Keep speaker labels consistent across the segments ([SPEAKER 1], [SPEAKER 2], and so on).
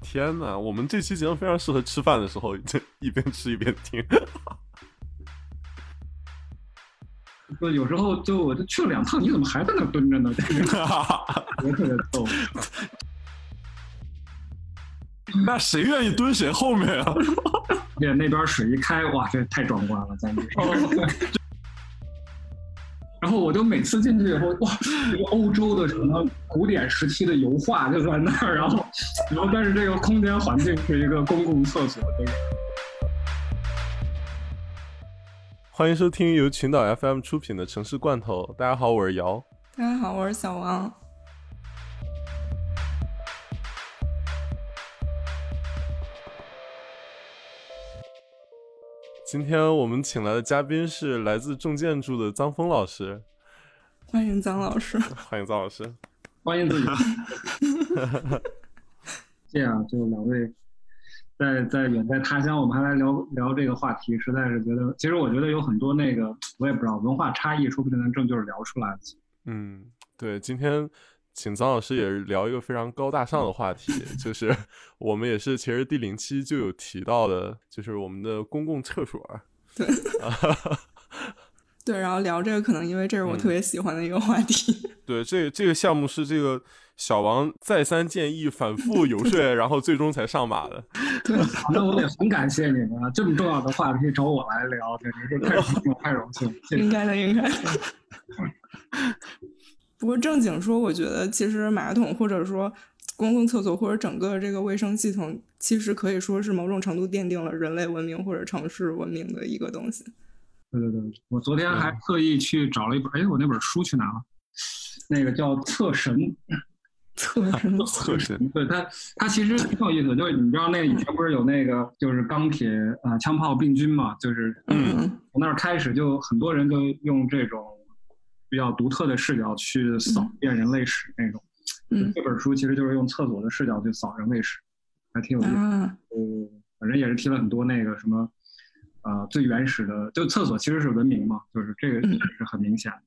[SPEAKER 1] 天哪，我们这期节目非常适合吃饭的时候，这一边吃一边听。
[SPEAKER 2] 就有时候就我就去了两趟，你怎么还在那蹲着呢？这个我特别逗。
[SPEAKER 1] 那谁愿意蹲谁后面啊？
[SPEAKER 2] 对，那边水一开，哇，这太壮观了，咱这。 然后我就每次进去以后，哇，这个欧洲的什么古典时期的油画就在那儿，然后，然后但是这个空间环境是一个公共厕所，这个
[SPEAKER 1] 欢迎收听由群岛 FM 出品的《城市罐头》，大家好，我是姚。
[SPEAKER 3] 大家好，我是小王。
[SPEAKER 1] 今天我们请来的嘉宾是来自重建筑的张峰老师，
[SPEAKER 3] 欢迎张老师。
[SPEAKER 1] 欢迎张老师。
[SPEAKER 2] 欢迎自己。 这样，就两位在在远在他乡，我们还来聊聊这个话题，实在是觉得，其实我觉得有很多那个，我也不知道文化差异，说不定能正就是聊出来。
[SPEAKER 1] 嗯，对，今天请张老师也是聊一个非常高大上的话 题，就是我们也是其实第零期就有提到的，就是我们的公共厕所。
[SPEAKER 3] 对
[SPEAKER 1] 啊，
[SPEAKER 3] 对，然后聊这个，可能因为这是我
[SPEAKER 1] 嗯
[SPEAKER 3] 特别喜欢的一个话题。
[SPEAKER 1] 对，这这个项目是这个小王再三建议、反复游 说，然后最终才上马的。
[SPEAKER 2] 对，那我得很感谢你们啊，这么重要的话题找我来聊，简直是太荣幸，太荣幸。谢谢
[SPEAKER 3] 应该的，应该的。 不过正经说，我觉得其实马桶或者说公共厕所或者整个这个卫生系统，其实可以说是某种程度奠定了人类文明或者城市文明的一个东西。
[SPEAKER 2] 对对对，我昨天还特意去找了一本，哎，我那本书去哪了？那个叫《厕神》，
[SPEAKER 3] 特神
[SPEAKER 1] 测试
[SPEAKER 2] 对它，它其实挺有意思，就是你知道那个以前不是有那个就是钢铁啊、呃枪炮病菌嘛，就是
[SPEAKER 3] 嗯，
[SPEAKER 2] 从那儿开始就很多人就用这种比较独特的视角去扫遍人类史那种。
[SPEAKER 3] 嗯
[SPEAKER 2] 这本书其实就是用厕所的视角去扫人类史，还挺有意思。
[SPEAKER 3] 啊，
[SPEAKER 2] 呃，反正也是提了很多那个什么，呃，最原始的，就厕所其实是文明嘛，就是这个
[SPEAKER 3] 嗯
[SPEAKER 2] 是很明显的。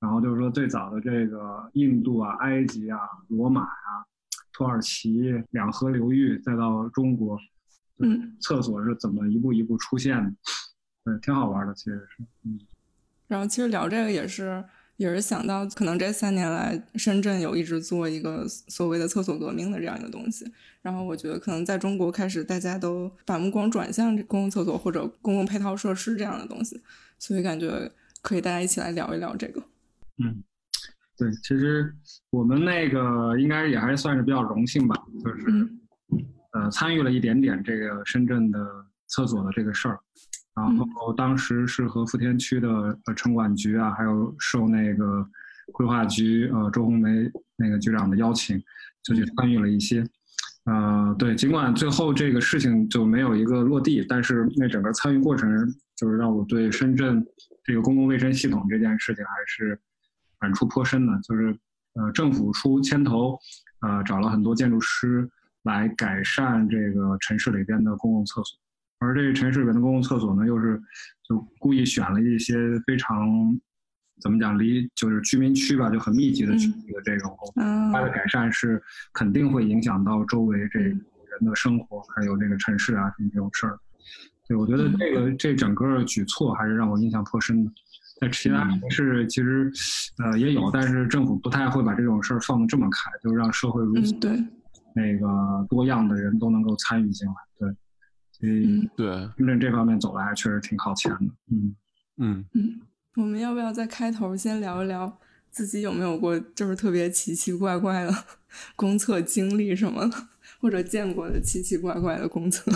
[SPEAKER 2] 然后就是说最早的这个印度啊、埃及啊、罗马啊、土耳其两河流域，再到中国，就是
[SPEAKER 3] 嗯
[SPEAKER 2] 厕所是怎么一步一步出现的？对，挺好玩的，其实是。
[SPEAKER 3] 然后其实聊这个也是也是想到，可能这三年来深圳有一直做一个所谓的厕所革命的这样一个东西。然后我觉得可能在中国开始大家都把目光转向这公共厕所或者公共配套设施这样的东西，所以感觉可以大家一起来聊一聊这个。
[SPEAKER 2] 嗯，对，其实我们那个应该也还算是比较荣幸吧，就是、
[SPEAKER 3] 嗯
[SPEAKER 2] 呃参与了一点点这个深圳的厕所的这个事儿，然后当时是和富田区的呃城管局啊，还有受那个规划局呃周红梅那个局长的邀请，就去参与了一些。呃，对，尽管最后这个事情就没有一个落地，但是那整个参与过程，就是让我对深圳这个公共卫生系统这件事情还是感触颇深的。就是呃，政府出牵头，呃，找了很多建筑师来改善这个城市里边的公共厕所，而这个城市里边的公共厕所呢，又是就故意选了一些非常怎么讲离就是居民区吧，就很密集的区域的这种公它的
[SPEAKER 3] 啊，
[SPEAKER 2] 改善是肯定会影响到周围这人的生活，还有这个城市啊什么这种事儿。对，我觉
[SPEAKER 3] 嗯
[SPEAKER 2] 得这个这整个举措还是让我印象颇深的。在其他城市其实呃也有，但是政府不太会把这种事儿放得这么开，就让社会如此
[SPEAKER 3] 嗯，对，
[SPEAKER 2] 那个多样的人都能够参与进来。对，所以
[SPEAKER 3] 嗯
[SPEAKER 1] 对，
[SPEAKER 2] 深圳这方面走的还确实挺靠前的。嗯，
[SPEAKER 1] 嗯，
[SPEAKER 3] 嗯，我们要不要在开头先聊一聊自己有没有过就是特别奇奇怪怪的 公厕经历什么的，或者见过的奇奇怪怪的公厕？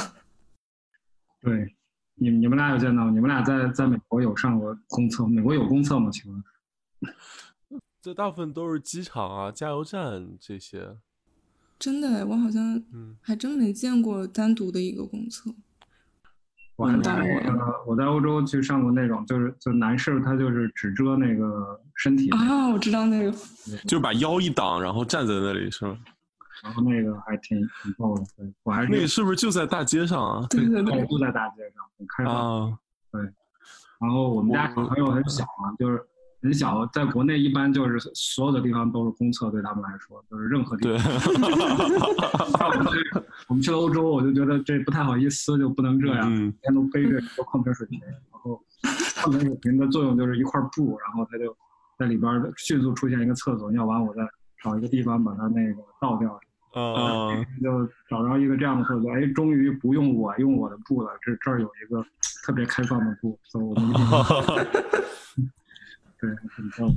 [SPEAKER 2] 对，你们你们俩有见到？你们俩在在美国有上过公厕？美国有公厕吗？请问？
[SPEAKER 1] 这大部分都是机场啊、加油站这些。
[SPEAKER 3] 真的，我好像
[SPEAKER 1] 嗯，
[SPEAKER 3] 还真没见过单独的一个公厕。
[SPEAKER 2] 我还
[SPEAKER 3] 嗯
[SPEAKER 2] 在
[SPEAKER 3] 当然
[SPEAKER 2] 那个，我在欧洲去上过那种，就是就男士他就是只遮那个身体，
[SPEAKER 3] 啊，我知道那个，
[SPEAKER 1] 就是把腰一挡，然后站在那里是吗？
[SPEAKER 2] 然后那个还挺挺逗的。对我还是
[SPEAKER 1] 那个是不是就在大街上啊？
[SPEAKER 3] 对对
[SPEAKER 2] 我
[SPEAKER 3] 对，
[SPEAKER 2] 住在大街上，很开放。
[SPEAKER 1] 啊，
[SPEAKER 2] 然后我们家
[SPEAKER 1] 我
[SPEAKER 2] 小朋友很小嘛，就是很小，在国内一般就是所有的地方都是公厕，对他们来说就是任何地
[SPEAKER 4] 对
[SPEAKER 2] 方。， 像我们去我们去了欧洲，我就觉得这不太好意思，就不能这样，
[SPEAKER 1] 嗯
[SPEAKER 2] 每天都背着一个矿泉水瓶，然后矿泉水瓶的作用就是一块布，然后它就在里边儿迅速出现一个厕所，尿完我再找一个地方把它那个倒掉，
[SPEAKER 1] 嗯，
[SPEAKER 2] 就找着一个这样的厕所，哎，终于不用我用我的布了，这这儿有一个特别开放的布，所以我们一定要对，很棒。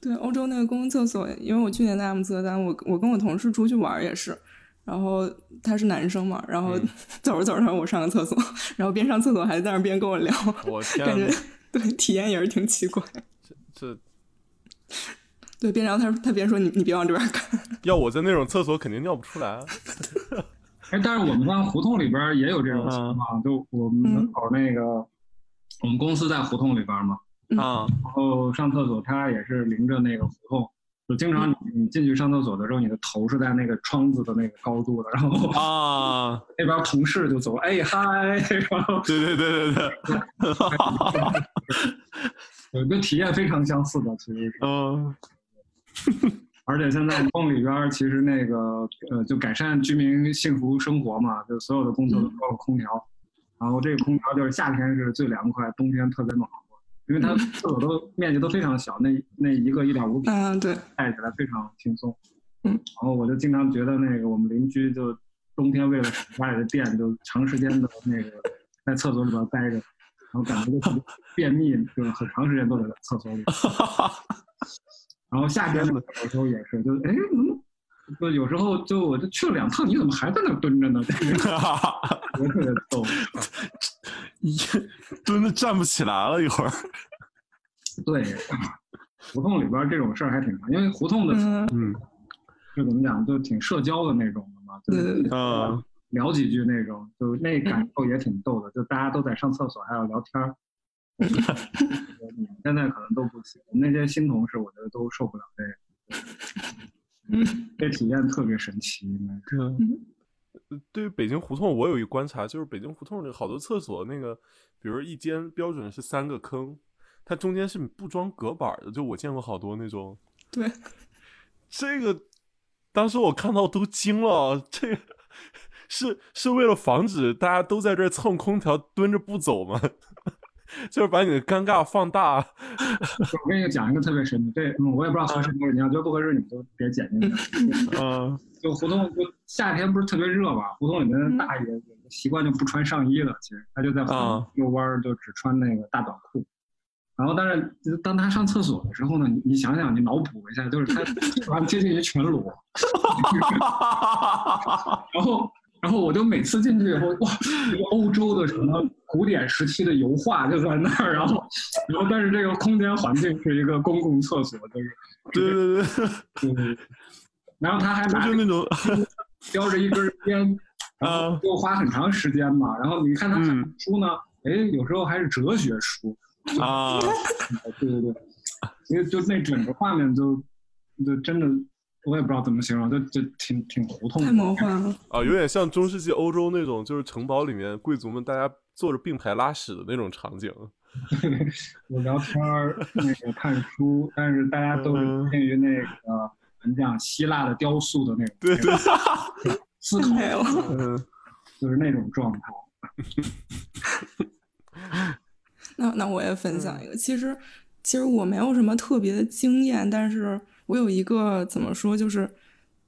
[SPEAKER 3] 对，欧洲那个公共厕所，因为我去年在阿姆斯特丹，我我跟我同事出去玩儿也是，然后他是男生嘛，然后 走着走着我上个厕所，然后边上厕所还在那儿边跟我聊，
[SPEAKER 1] 我
[SPEAKER 3] 感
[SPEAKER 1] 天
[SPEAKER 3] 觉， 对体验也是挺奇怪。
[SPEAKER 1] 这
[SPEAKER 3] 对，边聊他他边说你你别往这边看，
[SPEAKER 1] 要我在那种厕所肯定尿不出来 啊。
[SPEAKER 2] 哎，但是我们在胡同里边儿也有这种情况，就我们门口那个，我们公司在胡同里边儿嘛，
[SPEAKER 4] 啊，
[SPEAKER 2] 然后上厕所它也是临着那个胡同，就经常你你进去上厕所的时候，你的头是在那个窗子的那个高度的，然后
[SPEAKER 4] 啊，
[SPEAKER 2] 那边同事就走，哎嗨， 然后
[SPEAKER 4] 对对对对对，
[SPEAKER 2] 有呃跟体验非常相似的，其实是。
[SPEAKER 4] 嗯
[SPEAKER 2] 而且现在胡同里边儿其实那个呃，就改善居民幸福生活嘛，就所有的工作都有空调，然后这个空调就是夏天是最凉快，冬天特别暖和，因为它厕所都面积都非常小，那那一个一点五平
[SPEAKER 3] 嗯，对，
[SPEAKER 2] 带起来非常轻松。
[SPEAKER 3] 嗯
[SPEAKER 2] 然后我就经常觉得那个我们邻居就冬天为了省家里的电，就长时间的那个在厕所里边待着，然后感觉就特别便秘，就是很长时间都得在厕所里。然后夏天的时候也是，就哎，怎么就有时候就我就去了两趟，你怎么还在那儿蹲着呢？ 这个我特别逗。
[SPEAKER 4] 一蹲的站不起来了，一会儿。
[SPEAKER 2] 对，胡同里边这种事儿还挺常，因为胡同的
[SPEAKER 3] 嗯，
[SPEAKER 1] 嗯，
[SPEAKER 2] 就怎么讲，就挺社交的那种的嘛，就
[SPEAKER 3] 对
[SPEAKER 2] 是
[SPEAKER 3] 对对，啊
[SPEAKER 4] 嗯
[SPEAKER 2] 聊几句那种，就那感受也挺逗的，就大家都在上厕所还要聊天儿。你们现在可能都不行，那些新同事我觉得都受不了这个，这体验特别神奇，应该是
[SPEAKER 3] 嗯
[SPEAKER 1] 对于北京胡同，我有一观察，就是北京胡同里好多厕所那个，比如一间标准是三个坑，它中间是不装隔板的，就我见过好多那种。
[SPEAKER 3] 对，
[SPEAKER 1] 这个当时我看到都惊了，啊这个是是为了防止大家都在这儿蹭空调蹲着不走吗？ 就是把你的尴尬放大。啊
[SPEAKER 2] 我跟你讲一个特别神奇，这嗯我也不知道合适不合适，你要觉得不合适，你们就别剪进去。
[SPEAKER 4] 嗯，
[SPEAKER 2] 就胡同，就夏天不是特别热嘛，胡同里面的大爷有个习惯就不穿上衣了，其实他就在胡同
[SPEAKER 4] 啊
[SPEAKER 2] 遛弯儿，就只穿那个大短裤。然后，但是就是当他上厕所的时候呢，你你想想，你脑补一下，就是 他基本上接近于全裸，然后。然后我就每次进去以后，哇，这个欧洲的什么古典时期的油画就在那儿，然后，然后但是这个空间环境是一个公共厕所，就是
[SPEAKER 4] 对对对，对
[SPEAKER 2] 对，然后他还
[SPEAKER 4] 就
[SPEAKER 2] 拿
[SPEAKER 4] 是那种
[SPEAKER 2] 叼着一根 烟，然后
[SPEAKER 4] 啊
[SPEAKER 2] 就花很长时间嘛。然后你看他看
[SPEAKER 4] 嗯
[SPEAKER 2] 书呢，哎，有时候还是哲学书，哎
[SPEAKER 4] 啊，
[SPEAKER 2] 对对对，因为就那整个画面就就真的，我也不知道怎么形容，就就挺挺胡同的。
[SPEAKER 3] 太魔幻了，
[SPEAKER 1] 啊，有点像中世纪欧洲那种，就是城堡里面贵族们大家坐着并排拉屎的那种场景。
[SPEAKER 2] 我聊天儿，那个看书， 但是大家都是
[SPEAKER 4] 嗯
[SPEAKER 2] 偏于那个怎么讲，希腊的雕塑的那种
[SPEAKER 1] 对 对，
[SPEAKER 2] 思
[SPEAKER 3] 太
[SPEAKER 2] 考，
[SPEAKER 3] 美了。
[SPEAKER 4] 嗯
[SPEAKER 2] 就是那种状态。
[SPEAKER 3] 那那我也分享一个，其实其实我没有什么特别的经验，但是我有一个怎么说，就是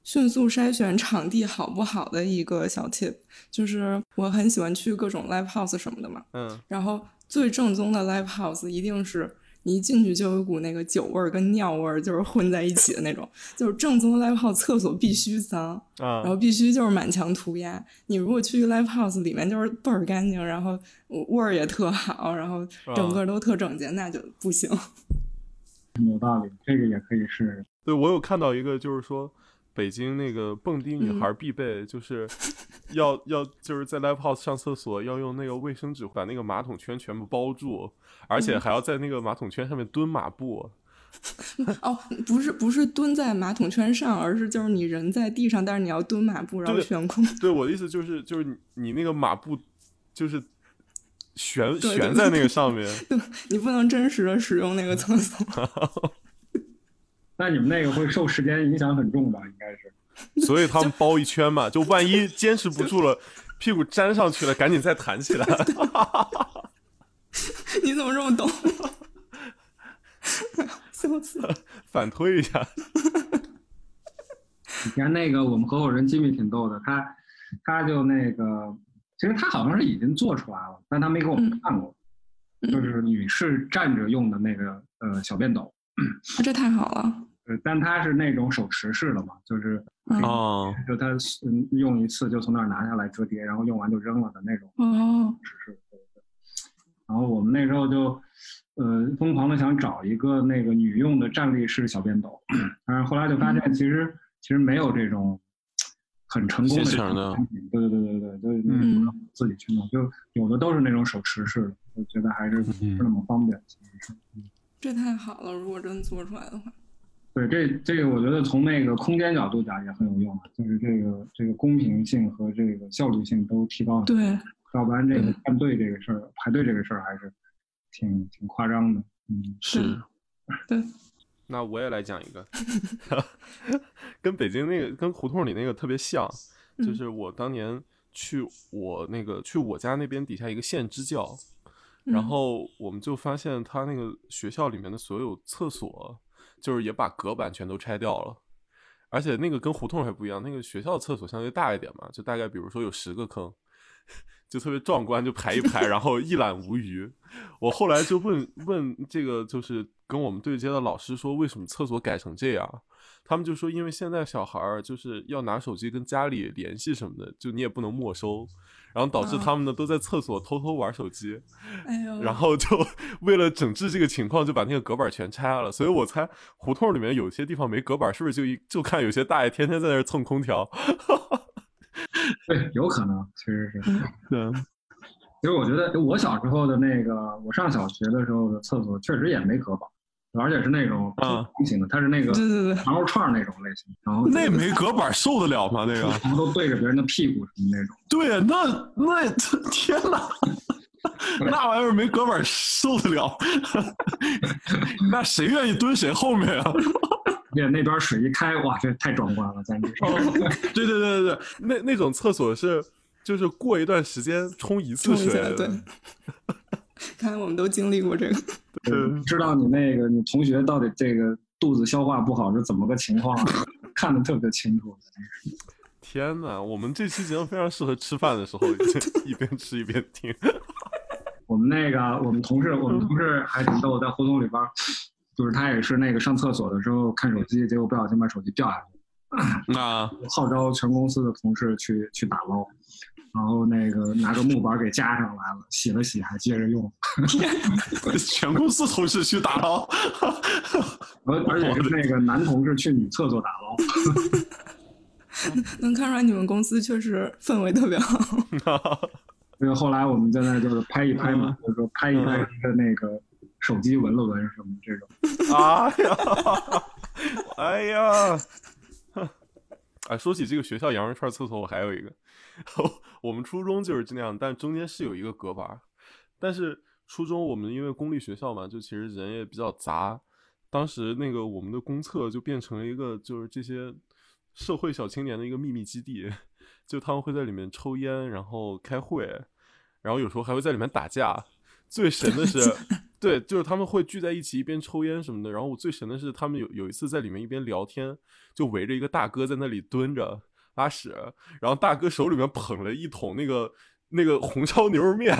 [SPEAKER 3] 迅速筛选场地好不好的一个小 tip，就是我很喜欢去各种 live house 什么的嘛，
[SPEAKER 1] 嗯，
[SPEAKER 3] 然后最正宗的 live house 一定是你一进去就有一股那个酒味儿跟尿味儿就是混在一起的那种，就是正宗的 live house 厕所必须脏，然
[SPEAKER 1] 啊
[SPEAKER 3] 后必须就是满墙涂鸦。你如果去 live house 里面就是倍儿干净，然后味儿也特好，然后整个都特整洁，那就不行。
[SPEAKER 2] 有道理，这个也可以是
[SPEAKER 1] 对我有看到一个，就是说北京那个蹦迪
[SPEAKER 3] 嗯
[SPEAKER 1] 女孩必备，就是要、要就是在 live house 上厕所要用那个卫生纸把那个马桶圈全部包住，而
[SPEAKER 3] 嗯
[SPEAKER 1] 且还要在那个马桶圈上面蹲马步。
[SPEAKER 3] 哦，不是不是蹲在马桶圈上，而是就是你人在地上，但是你要蹲马步，然后
[SPEAKER 1] 对
[SPEAKER 3] 悬空。
[SPEAKER 1] 对我的意思就是就是你你那个马步就是悬
[SPEAKER 3] 对
[SPEAKER 1] 悬在那个上面。
[SPEAKER 3] 你不能真实的使用那个厕 所。
[SPEAKER 2] 那你们那个会受时间影响很重吧？应该是。
[SPEAKER 1] 所以他们包一圈嘛，就万一坚持不住了，屁股粘上去了，赶紧再弹起 来。
[SPEAKER 3] 你怎么这么懂？ 笑死啊了！
[SPEAKER 1] 反推一下，
[SPEAKER 2] 以前那个我们合伙人吉米挺逗的，他他就那个，其实他好像是已经做出来了，但他没给我们看过，
[SPEAKER 3] 嗯
[SPEAKER 2] 就是女士站着用的那个呃小便斗，
[SPEAKER 3] 啊这太好了，
[SPEAKER 2] 呃，但它是那种手持式的嘛，就是
[SPEAKER 3] 嗯
[SPEAKER 1] 哦，
[SPEAKER 2] 就它嗯用一次就从那儿拿下来折叠，然后用完就扔了的那种。
[SPEAKER 3] 哦，
[SPEAKER 2] 然后我们那时候就，呃，疯狂的想找一个那个女用的站立式小便斗， 但是后来就发
[SPEAKER 4] 嗯
[SPEAKER 2] 现其实、其实没有这种很成功的
[SPEAKER 4] 现
[SPEAKER 2] 这
[SPEAKER 4] 成
[SPEAKER 2] 种
[SPEAKER 4] 的
[SPEAKER 2] 产品，对对对对对，就是你
[SPEAKER 3] 嗯
[SPEAKER 2] 不能自己去弄，就有的都是那种手持式的，我觉得还是不
[SPEAKER 4] 嗯
[SPEAKER 2] 是那么方便。其实是
[SPEAKER 3] 这太好了！如果真做出来的话，
[SPEAKER 1] 啊
[SPEAKER 2] 对，这这个我觉得从那个空间角度讲也很有用啊，就是这个这个公平性和这个效率性都提高很多。
[SPEAKER 3] 对，
[SPEAKER 2] 要不然这个
[SPEAKER 3] 嗯
[SPEAKER 2] 站队这个事儿、排队这个事儿还是挺挺夸张的。嗯，
[SPEAKER 4] 是
[SPEAKER 1] 那我也来讲一 个，跟北京那个跟胡同里那个特别像，
[SPEAKER 3] 嗯
[SPEAKER 1] 就是我当年去我那个去我家那边底下一个县支教，然
[SPEAKER 3] 嗯
[SPEAKER 1] 后我们就发现他那个学校里面的所有厕所，就是也把隔板全都拆掉了。而且那个跟胡同还不一样，那个学校厕所相对大一点嘛，就大概比如说有十个坑，就特别壮观，就排一排，然后一览无余。我后来就问问这个就是跟我们对接的老师说，为什么厕所改成这样？他们就说，因为现在小孩儿就是要拿手机跟家里联系什么的，就你也不能没收，然后导致
[SPEAKER 3] 啊
[SPEAKER 1] 他们呢都在厕所偷偷玩手机。
[SPEAKER 3] 哎呦，
[SPEAKER 1] 然后就 为了整治这个情况，就把那个隔板全拆了。所以我猜胡同里面有些地方没隔板，是不是就一就看有些大爷天天在那儿蹭空调？
[SPEAKER 2] 对，有可能，其实是。
[SPEAKER 1] 对，
[SPEAKER 2] 其实我觉得我小时候的那个，我上小学的时候的厕所确实也没隔板，而且是那种
[SPEAKER 1] 嗯
[SPEAKER 2] 方形的，它是那个
[SPEAKER 3] 对对对，
[SPEAKER 2] 羊肉串儿那种类型，然后
[SPEAKER 4] 那没隔板受得了吗？那个，
[SPEAKER 2] 然后都对着别人的屁股什么那种。
[SPEAKER 4] 对呀，那那 天哪， 那玩意儿没隔板受得了，那谁愿意蹲谁后面啊？
[SPEAKER 2] 而且那边水一开，哇，这太壮观了，咱这
[SPEAKER 1] 哦
[SPEAKER 2] 是。
[SPEAKER 1] 对对对对对， 那那种厕所是就是过一段时间冲一次
[SPEAKER 3] 冲一
[SPEAKER 1] 水
[SPEAKER 3] 下，
[SPEAKER 1] 的，
[SPEAKER 3] 对。看来我们都经历过这个，
[SPEAKER 1] 对
[SPEAKER 3] 嗯
[SPEAKER 2] 知道你那个你同学到底这个肚子消化不好是怎么个情况、啊，看得特别清楚。
[SPEAKER 1] 天哪，我们这期节目非常适合吃饭的时 候一边吃一边听。
[SPEAKER 2] 我们那个我们同事，我们同事还挺逗，在胡同里边儿，就是他也是那个上厕所的时候看手机，结果不小心把手机掉下去，
[SPEAKER 4] 那
[SPEAKER 2] 号召全公司的同事去去打捞，然后那个拿个木板给夹上来了，洗了洗还接着用，
[SPEAKER 4] 全公司同事去打捞，
[SPEAKER 2] 而而且是那个男同事去女厕所打捞，
[SPEAKER 3] 能看出来你们公司确实氛围特别好。
[SPEAKER 2] 所以后来我们现在就是拍一拍嘛，就是说拍一拍他的那个手机闻了闻什么这种，
[SPEAKER 1] 哎呀，哎呀，哎，说起这个学校羊肉串厕所，我还有一个，我们初中就是这样，但中间是有一个隔板儿，但是初中我们因为公立学校嘛，就其实人也比较杂，当时那个我们的公厕就变成了一个就是这些社会小青年的一个秘密基地，就他们会在里面抽烟，然后开会，然后有时候还会在里面打架。最神的是，对，就是他们会聚在一起一边抽烟什么的。然后我最神的是，他们有有一次在里面一边聊天，就围着一个大哥在那里蹲着拉屎，然后大哥手里面捧了一桶那个那个红烧牛肉面。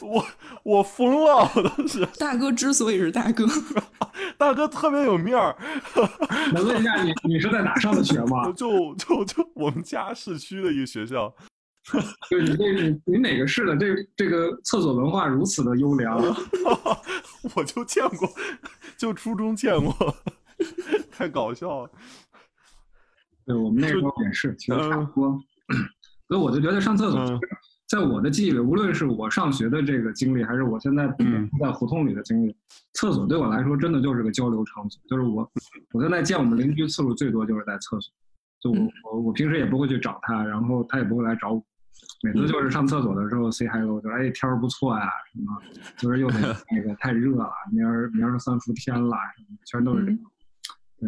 [SPEAKER 1] 我我疯了，我当时
[SPEAKER 3] 大哥之所以是大哥，
[SPEAKER 1] 大哥特别有面儿，
[SPEAKER 2] 能问一下你你是在哪上的学吗？
[SPEAKER 1] 就就就我们家市区的一个学校，
[SPEAKER 2] 就你这你你哪个市的这这个厕所文化如此的优良？
[SPEAKER 1] 我就见过，就初中见过，太搞笑了。
[SPEAKER 2] 对我们那时候也是，其实差不多。 所以我就觉得上厕所，
[SPEAKER 1] 嗯
[SPEAKER 2] 在我的记忆里，无论是我上学的这个经历，还是我现在
[SPEAKER 1] 嗯
[SPEAKER 2] 在胡同里的经历，厕所对我来说真的就是个交流场所。就是我，我现在见我们邻居次数最多就是在厕所。就
[SPEAKER 1] 嗯
[SPEAKER 2] 我我我平时也不会去找他，然后他也不会来找我。每
[SPEAKER 1] 嗯
[SPEAKER 2] 次就是上厕所的时候，C 还给我说：“哎，天儿不错呀、什么就是又得 那个太热了，明儿明儿是三伏天了，什么全都是
[SPEAKER 1] 嗯
[SPEAKER 2] 这样。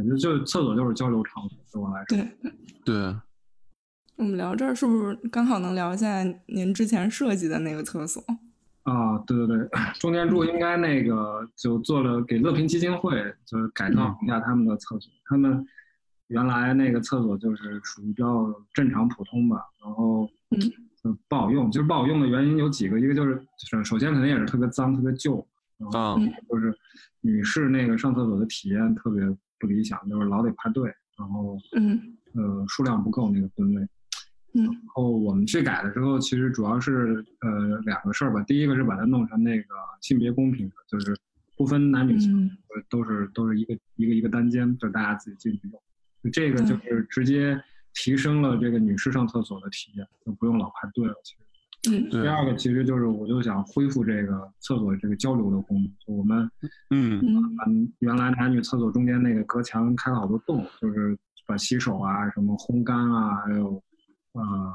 [SPEAKER 2] 对，就就厕所就是交流场所，对我来说。
[SPEAKER 3] 对，
[SPEAKER 4] 对，
[SPEAKER 3] 我们聊这儿是不是刚好能聊一下您之前设计的那个厕所？
[SPEAKER 2] 啊，对对对，中
[SPEAKER 3] 嗯
[SPEAKER 2] 建筑应该那个就做了给乐平基金会，就是改
[SPEAKER 3] 嗯
[SPEAKER 2] 造一下他们的厕所。他们原来那个厕所就是属于比较正常普通吧，然后
[SPEAKER 3] 嗯
[SPEAKER 2] 就不好用。就是不好用的原因有几个，一个就是首首先肯定也是特别脏、特别旧，
[SPEAKER 4] 啊
[SPEAKER 3] 嗯
[SPEAKER 2] 就是女士那个上厕所的体验特别不理想，就是老得排队，然后
[SPEAKER 3] 嗯
[SPEAKER 2] 呃数量不够那个吨位。
[SPEAKER 3] 嗯
[SPEAKER 2] 然后我们去改的时候，其实主要是呃两个事儿吧。第一个是把它弄成那个性别公平的，就是不分男女性，
[SPEAKER 3] 嗯
[SPEAKER 2] 呃都是都是一个一个一个单间，就大家自己进去用。就这个
[SPEAKER 3] 嗯
[SPEAKER 2] 就是直接提升了这个女士上厕所的体验，就不用老排队了。其实。
[SPEAKER 3] 嗯
[SPEAKER 4] 对
[SPEAKER 2] 第，二个其实就是我就想恢复这个厕所这个交流的功能，就我们
[SPEAKER 4] 嗯
[SPEAKER 3] 嗯
[SPEAKER 2] 嗯，原来男女厕所中间那个隔墙开了好多洞，就是把洗手啊、什么烘干啊，还有呃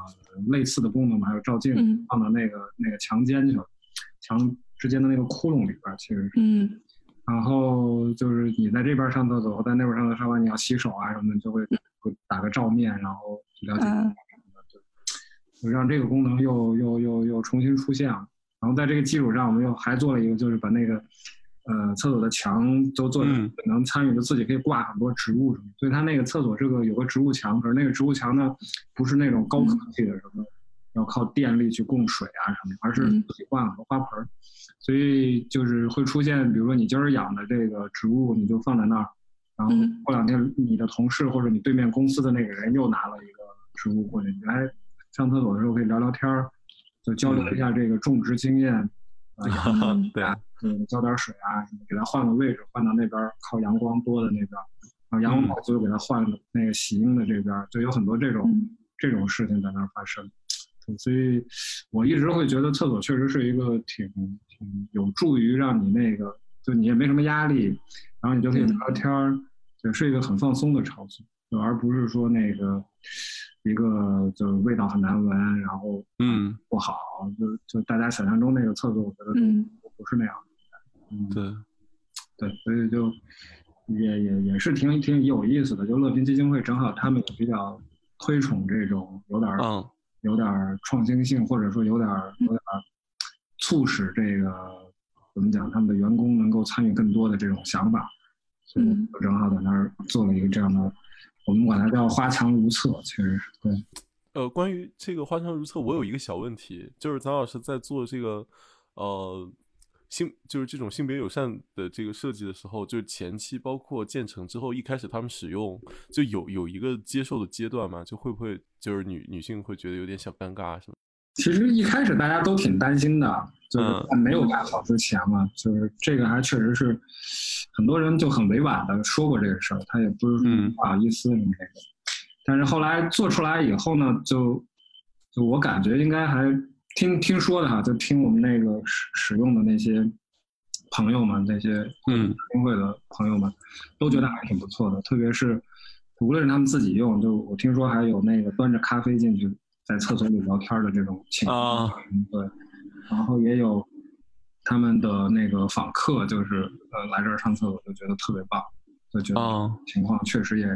[SPEAKER 2] 类似的功能吧，还有照镜
[SPEAKER 3] 嗯
[SPEAKER 2] 放到那个那个墙间去了，墙之间的那个窟窿里边儿其实是。
[SPEAKER 3] 嗯
[SPEAKER 2] 然后就是你在这边上厕所和在那边上厕所上完你要洗手啊什么的，就会会打个照面，然后就了解
[SPEAKER 3] 啊
[SPEAKER 2] 就让这个功能又又又又重新出现了。然后在这个基础上，我们又还做了一个，就是把那个呃厕所的墙都做成
[SPEAKER 4] 嗯
[SPEAKER 2] 能参与的，自己可以挂很多植物什么的。所以它那个厕所这个有个植物墙，可是那个植物墙呢，不是那种高科技的什么，要靠电力去供水啊什么的，而是
[SPEAKER 3] 嗯
[SPEAKER 2] 自己挂很多花盆儿。所以就是会出现，比如说你今儿养的这个植物，你就放在那儿，然后
[SPEAKER 3] 嗯
[SPEAKER 2] 过两天你的同事或者你对面公司的那个人又拿了一个植物过去，你来哎上厕所的时候可以聊聊天儿，就交流一下这个种植经验，啊、养
[SPEAKER 3] 嗯
[SPEAKER 4] 对，
[SPEAKER 2] 嗯，浇点水啊，什么给它换个位置，换到那边儿靠阳光多的那边儿，然后阳光
[SPEAKER 4] 嗯
[SPEAKER 2] 好就给它换到那个喜阴的这边儿，就有很多这种、
[SPEAKER 3] 嗯
[SPEAKER 2] 这种事情在那儿发生。对所以我一直会觉得厕所确实是一个挺挺有助于让你那个，就你也没什么压力，然后你就可以聊聊天儿，对，是一个很放松的场所，就而不是说那个一个就是味道很难闻，然后
[SPEAKER 4] 嗯
[SPEAKER 2] 不好，就就大家想象中那个厕所，我觉得
[SPEAKER 3] 嗯
[SPEAKER 2] 不是那样的。嗯，
[SPEAKER 4] 对，
[SPEAKER 2] 对，所以就也也也是挺挺有意思的。就乐平基金会正好他们也比较推崇这种有点儿、
[SPEAKER 4] 嗯
[SPEAKER 2] 有点儿创新性，或者说有点儿有点儿促使这个怎么讲，他们的员工能够参与更多的这种想法。所以
[SPEAKER 3] 嗯
[SPEAKER 2] 我正好在那儿做了一个这样的，我们管它叫“花墙如厕”，其实是对。
[SPEAKER 1] 呃，关于这个花香如厕，我有一个小问题，就是张老师在做这个呃性，就是这种性别友善的这个设计的时候，就是前期包括建成之后，一开始他们使用就有有一个接受的阶段嘛，就会不会就是女女性会觉得有点小尴尬什么？
[SPEAKER 2] 其实一开始大家都挺担心的，就是
[SPEAKER 4] 嗯
[SPEAKER 2] 在没有盖好之前嘛，就是这个还确实是很多人就很委婉的说过这个事儿，他也不是说
[SPEAKER 4] 嗯
[SPEAKER 2] 不好意思什么这个。但是后来做出来以后呢，就就我感觉应该还听听说的哈，就听我们那个使使用的那些朋友们，那些
[SPEAKER 4] 嗯
[SPEAKER 2] 工会的朋友们，都觉得还挺不错的，特别是无论是他们自己用，就我听说还有那个端着咖啡进去在厕所里聊天的这种情况。
[SPEAKER 4] 啊，
[SPEAKER 2] 嗯，对，然后也有他们的那个访客，就是呃来这儿上厕所就觉得特别棒，就觉
[SPEAKER 1] 啊
[SPEAKER 4] 哦
[SPEAKER 2] 得情况确实也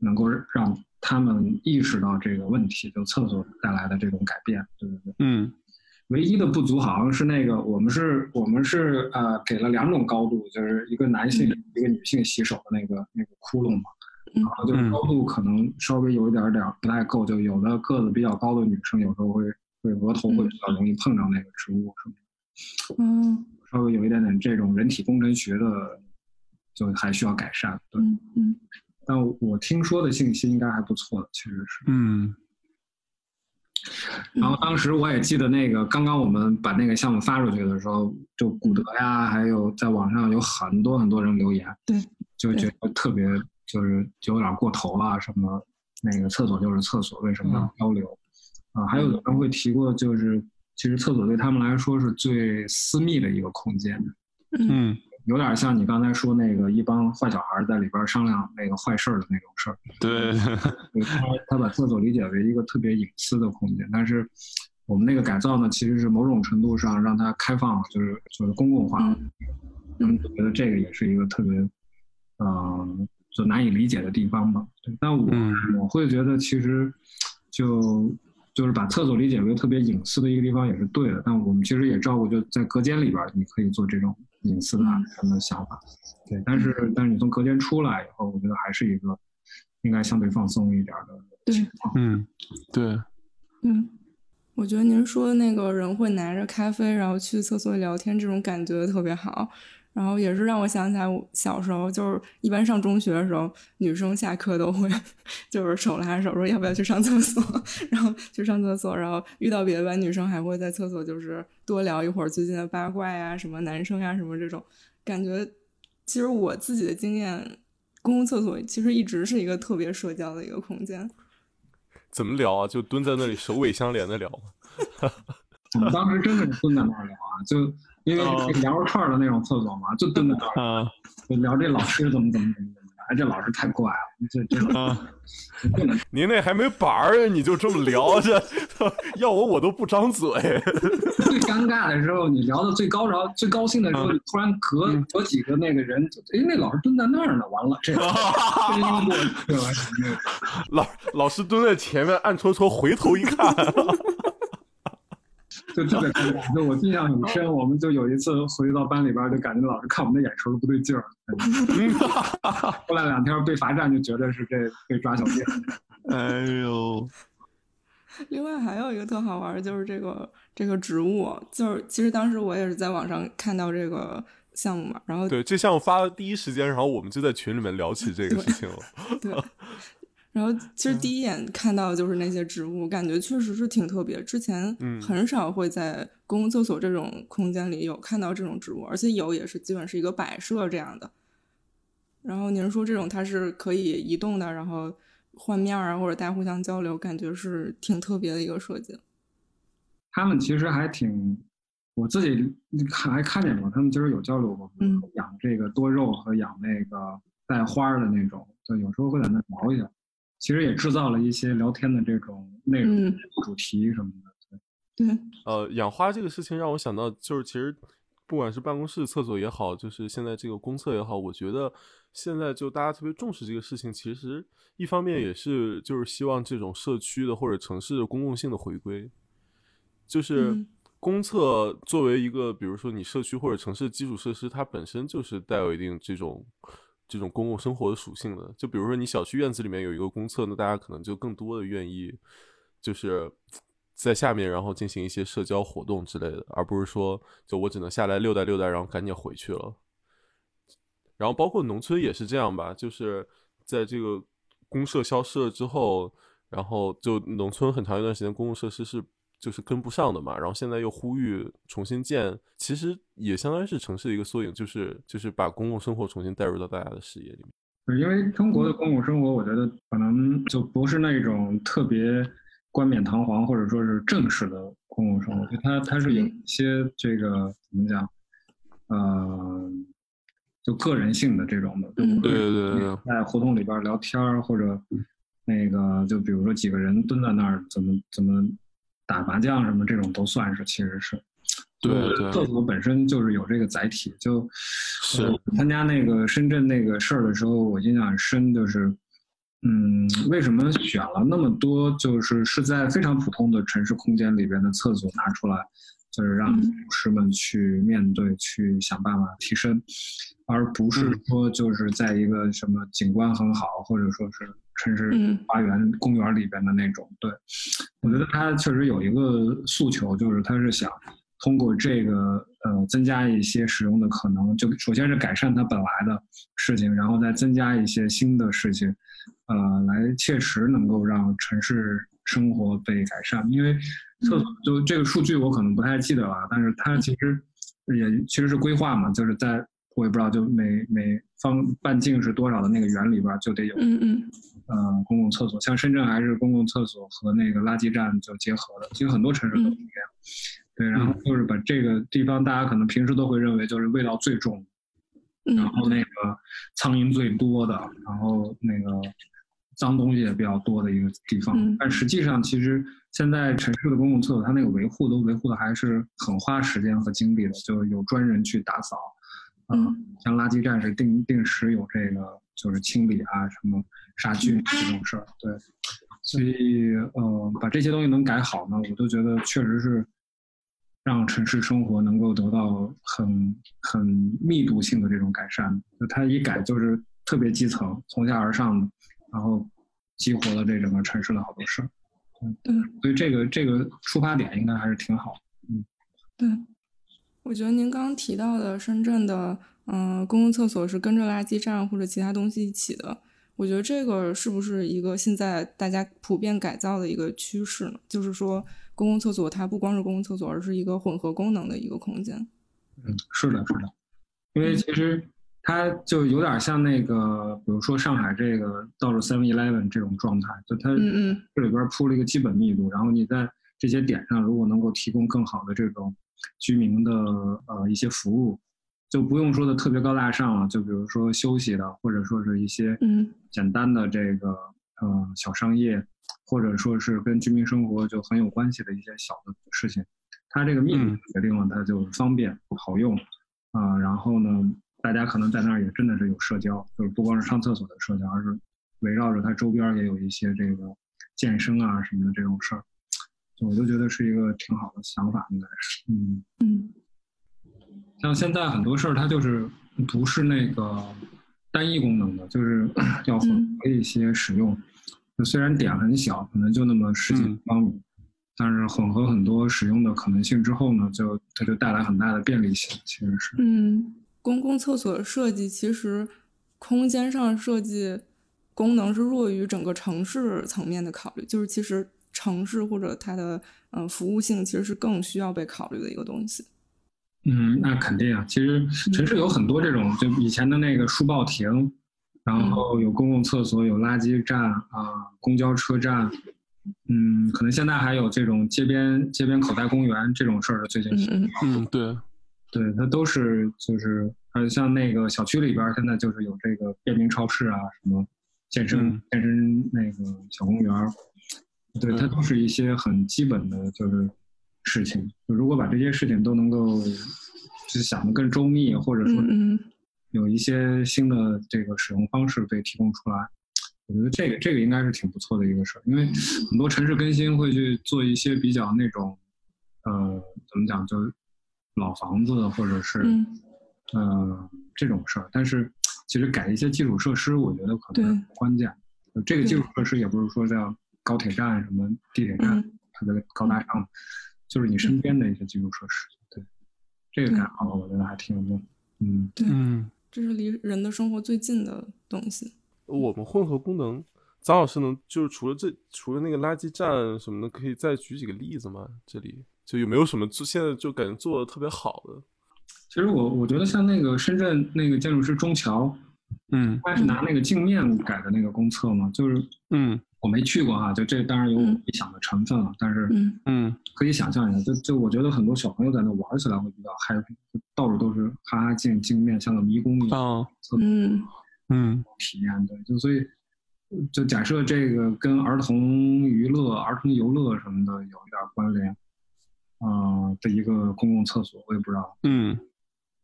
[SPEAKER 2] 能够让他们意识到这个问题，就厕所带来的这种改变，对对对。
[SPEAKER 4] 嗯
[SPEAKER 2] 唯一的不足好像是那个，我们是，我们是呃给了两种高度，就是一个男性、一个女性洗手的那个那个窟窿嘛，
[SPEAKER 3] 嗯
[SPEAKER 2] 然后就是高度可能稍微有一点点儿不太够，就有的个子比较高的女生有时候会会额头会比较容易碰着那个植物什么的，
[SPEAKER 3] 嗯
[SPEAKER 2] 稍微有一点点这种人体工程学的，就还需要改善。对，
[SPEAKER 3] 嗯嗯
[SPEAKER 2] 但我听说的信息应该还不错的，确实是。
[SPEAKER 4] 嗯
[SPEAKER 2] 然后当时我也记得那个，刚刚我们把那个项目发出去的时候，就古德呀，还有在网上有很多很多人留言，
[SPEAKER 3] 对，
[SPEAKER 2] 就觉得特别就是就有点过头了，什么那个厕所就是厕所，为什么
[SPEAKER 3] 嗯
[SPEAKER 2] 要交流？啊，还有的人会提过，就是其实厕所对他们来说是最私密的一个空间，
[SPEAKER 3] 嗯
[SPEAKER 4] 嗯
[SPEAKER 2] 有点像你刚才说那个一帮坏小孩在里边商量那个坏事儿的那种事儿。
[SPEAKER 4] 对，
[SPEAKER 2] 对他
[SPEAKER 3] 嗯
[SPEAKER 2] 他把厕所理解为一个特别隐私的空间，但是我们那个改造呢，其实是某种程度上让它开放了，就是就是公共化了。
[SPEAKER 3] 嗯
[SPEAKER 2] 他们觉得这个也是一个特别，嗯、就难以理解的地方吧。对但我、
[SPEAKER 4] 嗯
[SPEAKER 2] 我会觉得其实就就是把厕所理解为特别隐私的一个地方也是对的，但我们其实也照顾，就在隔间里边儿你可以做这种隐私的啊
[SPEAKER 3] 嗯
[SPEAKER 2] 什么想法。对，但是但是你从隔间出来以后，我觉得还是一个应该相对放松一点儿的
[SPEAKER 3] 对
[SPEAKER 2] 情况。
[SPEAKER 4] 嗯，对，
[SPEAKER 3] 嗯，我觉得您说那个人会拿着咖啡，然后去厕所里聊天，这种感觉特别好。然后也是让我想起来，我小时候就是一般上中学的时候，女生下课都会就是手拉手说要不要去上厕所， 然后去上厕所，然后遇到别的班女生还会在厕所就是多聊一会儿最近的八卦呀，什么男生呀，什么这种感觉。其实我自己的经验，公共厕所其实一直是一个特别社交的一个空间。
[SPEAKER 1] 怎么聊啊？就蹲在那里首尾相连的聊吗？
[SPEAKER 2] 我们当时真的是蹲在那儿聊啊， 就因为
[SPEAKER 4] 哦
[SPEAKER 2] 是聊着串儿的那种厕所嘛，就蹲在那儿聊
[SPEAKER 4] 啊
[SPEAKER 2] 就聊这老师怎么怎么怎么怎么的，哎，这老师太怪了，这这老
[SPEAKER 4] 啊，
[SPEAKER 2] 师不能
[SPEAKER 1] 您那还没板儿，啊你就这么聊着， 要我我都不张嘴。
[SPEAKER 2] 最尴尬的时候，你聊到最高潮、最高兴的时候，你突然隔隔几个那个人，哎，那老师蹲在那儿呢，完了，这这英国对吧？这个
[SPEAKER 1] 老老师蹲在前面，暗戳戳回头一看，
[SPEAKER 2] 就特别尴尬。就我印象很深，我们就有一次回到班里边，就感觉老师看我们的眼神都不对劲儿。后来两天被罚站，就觉得是这被抓小辫儿。
[SPEAKER 4] 哎呦，
[SPEAKER 3] 另外还有一个特好玩儿，就是这个这个植物，就是其实当时我也是在网上看到这个项目嘛，然后
[SPEAKER 1] 对，这项目发的第一时间，然后我们就在群里面聊起这个事情了。
[SPEAKER 3] 对，然后其实
[SPEAKER 1] 嗯
[SPEAKER 3] 第一眼看到的就是那些植物，感觉确实是挺特别。之前
[SPEAKER 1] 嗯
[SPEAKER 3] 很少会在公共厕所这种空间里有看到这种植物，而且有也是基本是一个摆设这样的。然后您说这种它是可以移动的，然后换面儿啊，或者大家互相交流，感觉是挺特别的一个设计。
[SPEAKER 2] 他们其实还挺，我自己看还看见过，他们就是有交流过，比
[SPEAKER 3] 嗯
[SPEAKER 2] 如说养这个多肉和养那个带花儿的那种，就有时候会在那聊一下，其实也制造了一些聊天的这种内容、
[SPEAKER 3] 嗯
[SPEAKER 2] 主题什么的。
[SPEAKER 3] 对，嗯
[SPEAKER 1] 呃，养花这个事情让我想到，就是其实不管是办公室厕所也好，就是现在这个公厕也好，我觉得现在就大家特别重视这个事情，其实一方面也是就是希望这种社区的或者城市的公共性的回归，就是
[SPEAKER 3] 嗯
[SPEAKER 1] 公厕作为一个，比如说你社区或者城市的基础设施，它本身就是带有一定这种。这种公共生活的属性的，就比如说你小区院子里面有一个公厕，那大家可能就更多的愿意就是在下面，然后进行一些社交活动之类的，而不是说就我只能下来溜达溜达，然后赶紧回去了。然后包括农村也是这样吧，就是在这个公社消失了之后，然后就农村很长一段时间公共设施是就是跟不上的嘛，然后现在又呼吁重新建，其实也相当于是城市的一个缩影，就是就是把公共生活重新带入到大家的视野里面。
[SPEAKER 2] 对，因为中国的公共生活，我觉得可能就不是那种特别冠冕堂皇或者说是正式的公共生活，就它它是有
[SPEAKER 3] 嗯
[SPEAKER 2] 一些这个怎么讲，呃，就个人性的这种的，就
[SPEAKER 3] 嗯
[SPEAKER 2] 不
[SPEAKER 4] 对
[SPEAKER 2] 是
[SPEAKER 4] 对对对，
[SPEAKER 2] 在胡同里边聊天儿，或者
[SPEAKER 4] 嗯
[SPEAKER 2] 那个就比如说几个人蹲在那儿怎么怎么打麻将什么这种都算是，其实是。
[SPEAKER 4] 对对
[SPEAKER 2] 厕所本身就是有这个载体，就呃
[SPEAKER 4] 是
[SPEAKER 2] 参加那个深圳那个事儿的时候，我印象很深，就是嗯，为什么选了那么多，就是是在非常普通的城市空间里边的厕所拿出来，就是让
[SPEAKER 3] 嗯
[SPEAKER 2] 厨师们去面对、去想办法提升，而不是说就是在一个什么景观很好，或者说是城市
[SPEAKER 3] 嗯
[SPEAKER 2] 花园、公园里边的那种。对，我觉得他确实有一个诉求，就是他是想通过这个呃增加一些使用的可能，就首先是改善它本来的事情，然后再增加一些新的事情，呃，来切实能够让城市生活被改善。因为厕所就这个数据我可能不太记得了，但是它其实也其实是规划嘛，就是在我也不知道就每每方半径是多少的那个圆里边儿就得有
[SPEAKER 3] 嗯嗯
[SPEAKER 2] 呃公共厕所，像深圳还是公共厕所和那个垃圾站就结合的，其实很多城市都是这样。对，然后就是把这个地方，大家可能平时都会认为就是味道最重，然
[SPEAKER 3] 嗯
[SPEAKER 2] 后那个苍蝇最多的，然后那个脏东西也比较多的一个地方。
[SPEAKER 3] 嗯
[SPEAKER 2] 但实际上，其实现在城市的公共厕所，它那个维护都维护的还是很花时间和精力的，就有专人去打扫。呃
[SPEAKER 3] 嗯
[SPEAKER 2] 像垃圾站是定定时有这个就是清理啊，什么杀菌这种事儿，对，所以呃，把这些东西能改好呢，我都觉得确实是让城市生活能够得到很很密度性的这种改善，就它一改就是特别基层，从下而上的，然后激活了这整个城市的好多事儿，
[SPEAKER 3] 对。
[SPEAKER 2] 所以这个这个出发点应该还是挺好的。
[SPEAKER 3] 对，我觉得您刚刚提到的深圳的，嗯、公共厕所是跟着垃圾站或者其他东西一起的。我觉得这个是不是一个现在大家普遍改造的一个趋势呢？就是说，公共厕所它不光是公共厕所，而是一个混合功能的一个空间。
[SPEAKER 2] 嗯，是的，是的，因为其实它就有点像那个，比如说上海这个到了 Seven Eleven 这种状态，就它
[SPEAKER 3] 嗯嗯
[SPEAKER 2] 这里边铺了一个基本密度，然后你在这些点上如果能够提供更好的这种居民的呃一些服务，就不用说的特别高大上了，就比如说休息的，或者说是一些
[SPEAKER 3] 嗯
[SPEAKER 2] 简单的这个呃小商业，或者说是跟居民生活就很有关系的一些小的事情，它这个密度
[SPEAKER 1] 嗯
[SPEAKER 2] 决定了它就方便好用啊、然后呢，大家可能在那儿也真的是有社交，就是不光是上厕所的社交，而是围绕着它周边儿也有一些这个健身啊什么的这种事儿，就我就觉得是一个挺好的想法，应该是嗯。
[SPEAKER 3] 嗯
[SPEAKER 2] 像现在很多事儿，它就是不是那个单一功能的，就是 要混合一些使用。就虽然点很小，可能就那么十几
[SPEAKER 1] 嗯
[SPEAKER 2] 平方米，但是混合很多使用的可能性之后呢，就它就带来很大的便利性。其实是，
[SPEAKER 3] 嗯，公共厕所的设计其实空间上设计功能是弱于整个城市层面的考虑，就是其实城市或者它的嗯、呃服务性其实是更需要被考虑的一个东西。
[SPEAKER 2] 嗯，那肯定啊。其实城市有很多这种，就以前的那个书报亭，然后有公共厕所，有垃圾站啊、公交车站。嗯，可能现在还有这种街边街边口袋公园这种事儿的最近
[SPEAKER 3] 嗯嗯
[SPEAKER 1] 嗯，对，
[SPEAKER 2] 对，它都是就是，还有像那个小区里边儿，现在就是有这个便民超市啊，什么健身、
[SPEAKER 1] 嗯
[SPEAKER 2] 健身那个小公园儿，对，它
[SPEAKER 1] 嗯
[SPEAKER 2] 都是一些很基本的就是事情。就如果把这些事情都能够就是想得更周密，或者说
[SPEAKER 3] 嗯嗯
[SPEAKER 2] 有一些新的这个使用方式被提供出来，我觉得这个这个应该是挺不错的一个事儿，因为很多城市更新会去做一些比较那种，呃，怎么讲，就是老房子或者是、
[SPEAKER 3] 嗯，
[SPEAKER 2] 呃这种事儿，但是其实改一些基础设施，我觉得可能
[SPEAKER 3] 对
[SPEAKER 2] 是关键。就这个基
[SPEAKER 3] 对
[SPEAKER 2] 础设施也不是说像高铁站、什么地铁站
[SPEAKER 3] 嗯
[SPEAKER 2] 特别高大上，就是你身边的一些基础设施。对，这个
[SPEAKER 3] 对
[SPEAKER 2] 改好了，我觉得还挺有用。嗯
[SPEAKER 1] 嗯，
[SPEAKER 3] 这是离人的生活最近的东西。
[SPEAKER 1] 我们混合功能，张老师能就是除了这除了那个垃圾站什么的，可以再举几个例子吗？这里就有没有什么做现在就感觉做的特别好的？
[SPEAKER 2] 其实我我觉得像那个深圳那个建筑师钟桥，
[SPEAKER 1] 嗯
[SPEAKER 2] 他是拿那个镜面改的那个公厕嘛，就是
[SPEAKER 1] 嗯
[SPEAKER 2] 我没去过啊，就这当然有我
[SPEAKER 3] 嗯
[SPEAKER 2] 臆想的成分了，但是
[SPEAKER 3] 嗯
[SPEAKER 1] 嗯
[SPEAKER 2] 可以想象一下，就就我觉得很多小朋友在那玩起来会比较 happy，就到处都是哈哈镜镜面，像个迷宫一样
[SPEAKER 1] 啊
[SPEAKER 3] 嗯
[SPEAKER 1] 嗯
[SPEAKER 2] 体验的。就所以，就假设这个跟儿童娱乐、儿童游乐什么的有一点关联，啊、的一个公共厕所，我也不知道
[SPEAKER 1] 嗯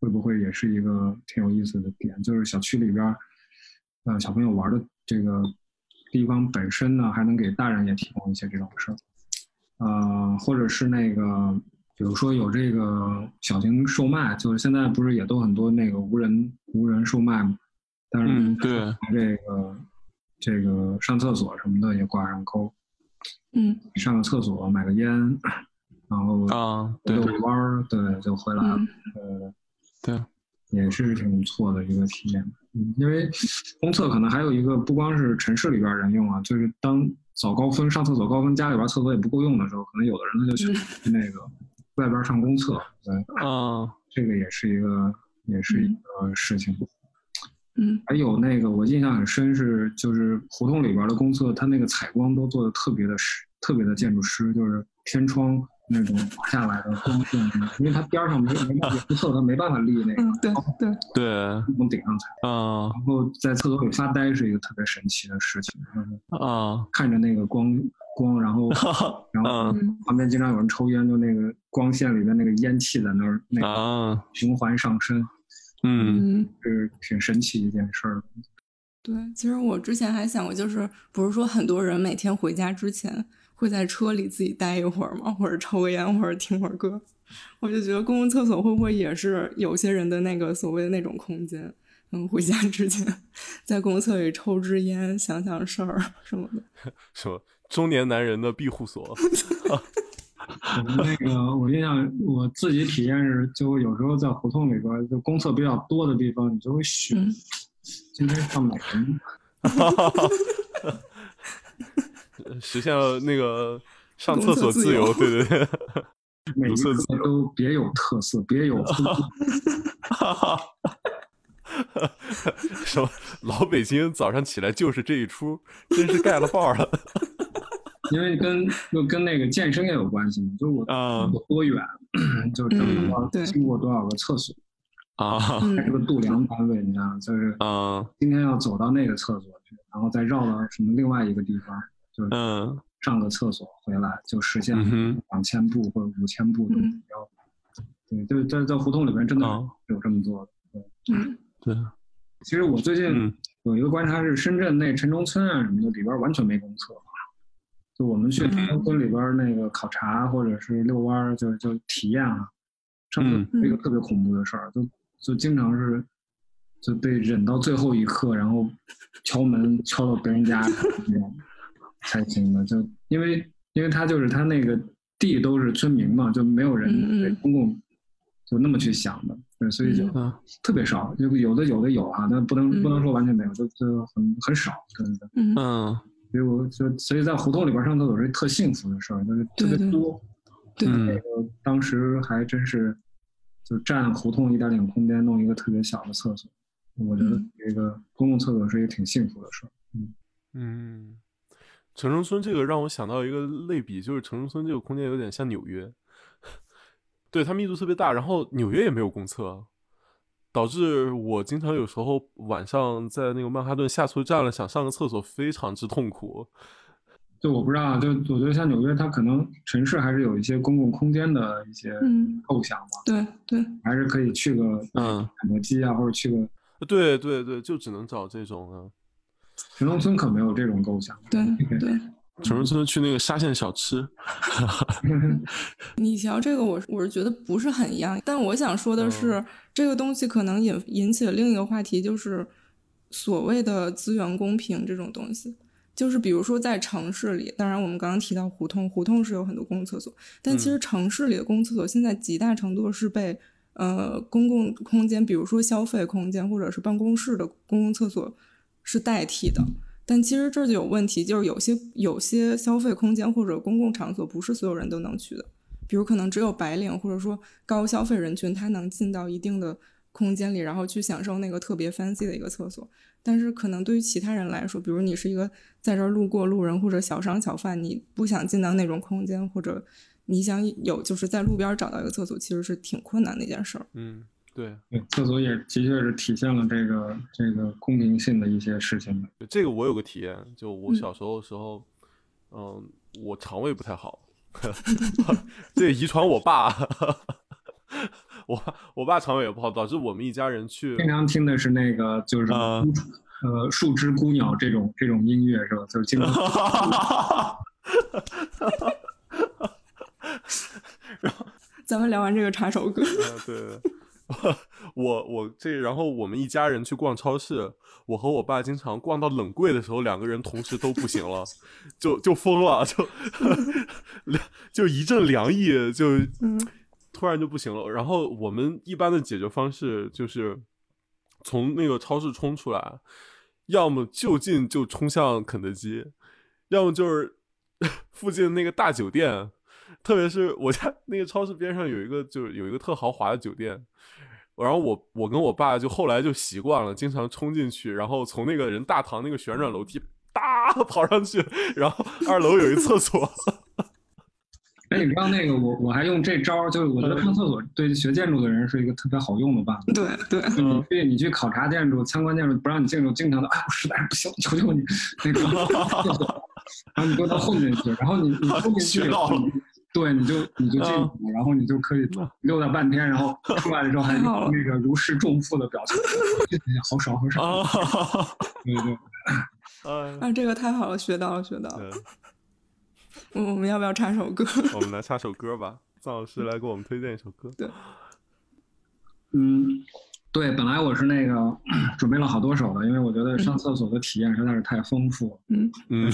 [SPEAKER 2] 会不会也是一个挺有意思的点，就是小区里边儿，呃，小朋友玩的这个地方本身呢，还能给大人也提供一些这种事儿，呃，或者是那个，比如说有这个小型售卖，就是现在不是也都很多那个无人无人售卖嘛，但是
[SPEAKER 1] 嗯，对，
[SPEAKER 2] 这个、这个上厕所什么的也挂上钩，
[SPEAKER 3] 嗯
[SPEAKER 2] 上个厕所买个烟， 然后
[SPEAKER 1] 啊对
[SPEAKER 2] 遛个弯儿，对，就回来了，
[SPEAKER 3] 嗯
[SPEAKER 2] 呃。
[SPEAKER 1] 对，
[SPEAKER 2] 也是挺不错的一个体验。嗯，因为公厕可能还有一个，不光是城市里边儿人用啊，就是当早高峰上厕所高峰，家里边儿厕所也不够用的时候，可能有的人他就选择去那个外边儿上公厕。对，
[SPEAKER 1] 啊
[SPEAKER 2] 这个也是一个，也是一个事情。
[SPEAKER 3] 嗯
[SPEAKER 2] 还有那个我印象很深是，就是胡同里边儿的公厕，它那个采光都做的特别的实，特别的建筑师，就是天窗那种往下来的光线，因为它边上没没办法不测，它没办法立那
[SPEAKER 3] 嗯
[SPEAKER 2] 个，
[SPEAKER 3] 对对，
[SPEAKER 1] 对，
[SPEAKER 2] 从顶上踩。
[SPEAKER 1] 嗯
[SPEAKER 2] 然后在厕所里发呆是一个特别神奇的事情，嗯
[SPEAKER 1] 嗯，
[SPEAKER 2] 看着那个光光，然后 然后
[SPEAKER 1] 嗯
[SPEAKER 3] 嗯
[SPEAKER 2] 旁边经常有人抽烟，就那个光线里面那个烟气在那儿那个
[SPEAKER 1] 啊，
[SPEAKER 2] 循环上升，
[SPEAKER 1] 嗯
[SPEAKER 3] 嗯。
[SPEAKER 2] 是挺神奇一件事儿。
[SPEAKER 3] 对，其实我之前还想过，就是不是说很多人每天回家之前会在车里自己待一会儿吗？或者抽个烟，或者听会儿歌。我就觉得公共厕所会不会也是有些人的那个所谓的那种空间？嗯，回家之前在公共厕所里抽支烟，想想事儿什么的。
[SPEAKER 1] 什么中年男人的庇护所，
[SPEAKER 2] 我们那个，我印象我自己体验是，就有时候在胡同里边儿，就公厕比较多的地方，你就会选
[SPEAKER 3] 嗯
[SPEAKER 2] 今天上哪儿呢？
[SPEAKER 1] 呃实现了那个上
[SPEAKER 3] 公
[SPEAKER 1] 厕
[SPEAKER 3] 厕
[SPEAKER 1] 所
[SPEAKER 3] 自
[SPEAKER 1] 自
[SPEAKER 3] 由
[SPEAKER 1] 由，对对对，
[SPEAKER 2] 每一
[SPEAKER 1] 独特
[SPEAKER 2] 个
[SPEAKER 1] 自
[SPEAKER 2] 都别有特色，别 有
[SPEAKER 1] 什么老北京早上起来就是这一出，真是盖了帽儿了
[SPEAKER 2] 因为跟就跟那个健身也有关系嘛，就我
[SPEAKER 1] 啊
[SPEAKER 2] 有呃多远， 就整
[SPEAKER 3] 嗯
[SPEAKER 2] 个
[SPEAKER 3] 对
[SPEAKER 2] 经过多少个厕所，
[SPEAKER 1] 啊
[SPEAKER 2] 这
[SPEAKER 3] 嗯
[SPEAKER 2] 个度量单位，你知道吗，就是
[SPEAKER 1] 啊
[SPEAKER 2] 今天要走到那个厕所去，然后再绕到什么另外一个地方，就是
[SPEAKER 1] 嗯
[SPEAKER 2] 上个厕所回来，就实现
[SPEAKER 1] 嗯哼
[SPEAKER 2] 两千步或者五千步
[SPEAKER 3] 嗯
[SPEAKER 2] 的目标。对，就是在在胡同里面真的
[SPEAKER 1] 哦
[SPEAKER 2] 有这么做的。
[SPEAKER 3] 嗯
[SPEAKER 1] 对
[SPEAKER 2] 其实我最近
[SPEAKER 1] 嗯
[SPEAKER 2] 有一个观察是，深圳那城中村啊什么的里边完全没公厕。就我们去城中村里边那个考察或者是遛弯儿，就就体验啊。上次有一
[SPEAKER 3] 嗯
[SPEAKER 2] 个特别恐怖的事儿，就就经常是就被忍到最后一刻，然后敲门敲到别人家那种才行的。就因为因为他就是他那个地都是村民嘛，就没有人
[SPEAKER 3] 嗯嗯
[SPEAKER 2] 对公共就那么去想的，对，所以就
[SPEAKER 1] 嗯
[SPEAKER 2] 特别少。就有的有的有啊，但不能
[SPEAKER 3] 嗯
[SPEAKER 2] 不能说完全没有，就就很很少。对对对，
[SPEAKER 3] 嗯
[SPEAKER 1] 嗯
[SPEAKER 2] 所以我就所以在胡同里边上厕所是特幸福的事儿，就是特
[SPEAKER 3] 对
[SPEAKER 2] 别
[SPEAKER 3] 对
[SPEAKER 2] 多。
[SPEAKER 3] 对
[SPEAKER 1] 嗯
[SPEAKER 2] 我当时还真是就占胡同一点点空间，弄一个特别小的厕所。我觉得
[SPEAKER 3] 嗯
[SPEAKER 2] 这个公共厕所是一个挺幸福的事儿。
[SPEAKER 1] 嗯，城中村这个让我想到一个类比，就是城中村这个空间有点像纽约， 对它密度特别大，然后纽约也没有公厕，导致我经常有时候晚上在那个曼哈顿下错站了，想上个厕所非常之痛苦。
[SPEAKER 2] 就我不知道啊，就我觉得像纽约，它可能城市还是有一些公共空间的一些
[SPEAKER 3] 嗯，
[SPEAKER 2] 构想吧，
[SPEAKER 3] 对对，
[SPEAKER 2] 还是可以去个
[SPEAKER 1] 嗯，
[SPEAKER 2] 肯德基啊，或者去个
[SPEAKER 1] 对对对，就只能找这种啊了。
[SPEAKER 2] 城中村可没有这种构想。
[SPEAKER 3] 对对，
[SPEAKER 1] 城中村去那个沙县小吃，
[SPEAKER 3] 你聊这个我，是我是觉得不是很一样，但我想说的是，这个东西可能引引起了另一个话题，就是所谓的资源公平这种东西。就是比如说在城市里，当然我们刚刚提到胡同，胡同是有很多公共厕所，但其实城市里的公共厕所现在极大程度是被呃公共空间，比如说消费空间或者是办公室的公共厕所是代替的。但其实这就有问题，就是有些有些消费空间或者公共场所不是所有人都能去的，比如可能只有白领或者说高消费人群，他能进到一定的空间里，然后去享受那个特别 fancy 的一个厕所。但是可能对于其他人来说，比如你是一个在这儿路过路人或者小商小贩，你不想进到那种空间，或者你想有就是在路边儿找到一个厕所，其实是挺困难的一件事儿。
[SPEAKER 1] 嗯，对，
[SPEAKER 2] 对，厕所也的确是体现了这个这个公平性的一些事情吧。
[SPEAKER 1] 这个我有个体验，就我
[SPEAKER 3] 嗯
[SPEAKER 1] 小时候的时候，嗯、我肠胃不太好， 这遗传我爸， 我爸我爸肠胃也不好，导致我们一家人 去，
[SPEAKER 2] 经常听的是那个就是
[SPEAKER 1] 啊
[SPEAKER 2] 呃树枝孤鸟这种这种音乐是吧？就是 经常
[SPEAKER 3] 咱们聊完这个查首歌，
[SPEAKER 1] 嗯，对， 我我这，然后我们一家人去逛超市，我和我爸经常逛到冷柜的时候，两个人同时都不行了，就就疯了，就 凉就一阵凉意，就
[SPEAKER 3] 嗯
[SPEAKER 1] 突然就不行了。然后我们一般的解决方式就是从那个超市冲出来，要么就近就冲向肯德基，要么就是 附近那个大酒店。特别是我家 那个超市边上有一个，就是有一个特豪华的酒店，然后我我跟我爸就后来就习惯了，经常冲进去，然后从那个人大堂那个旋转 楼梯哒跑上去，然后二楼有一厕所，
[SPEAKER 2] 哎，你知道那个我我还用这招儿，就是我觉得上厕所对学建筑的人是一个特别好用的办法。
[SPEAKER 3] 对对，
[SPEAKER 2] 你去你去考察建筑、参观建筑，不让你进入，经常的，哎，我实在是不行，求求你，那个厕所，然后你给我到后面去，然后你你后面去
[SPEAKER 4] 学到了，
[SPEAKER 2] 对，你就你就进
[SPEAKER 1] 嗯
[SPEAKER 2] 去，然后你就可以溜达半天，然后出来了之后还
[SPEAKER 3] 太好了
[SPEAKER 2] 那个如释重负的表情，这好爽好 爽，
[SPEAKER 1] 啊，
[SPEAKER 2] 对对，
[SPEAKER 1] 哎
[SPEAKER 3] 啊，这个太好了，学到了，学到了。
[SPEAKER 1] 对，
[SPEAKER 3] 嗯，我们要不要唱首歌？
[SPEAKER 1] 我们来插首歌吧。藏老师来给我们推荐一首歌。
[SPEAKER 2] 嗯。对，本来我是那个准备了好多首的，因为我觉得上厕所的体验实在是太丰富了。
[SPEAKER 3] 嗯，
[SPEAKER 1] 嗯，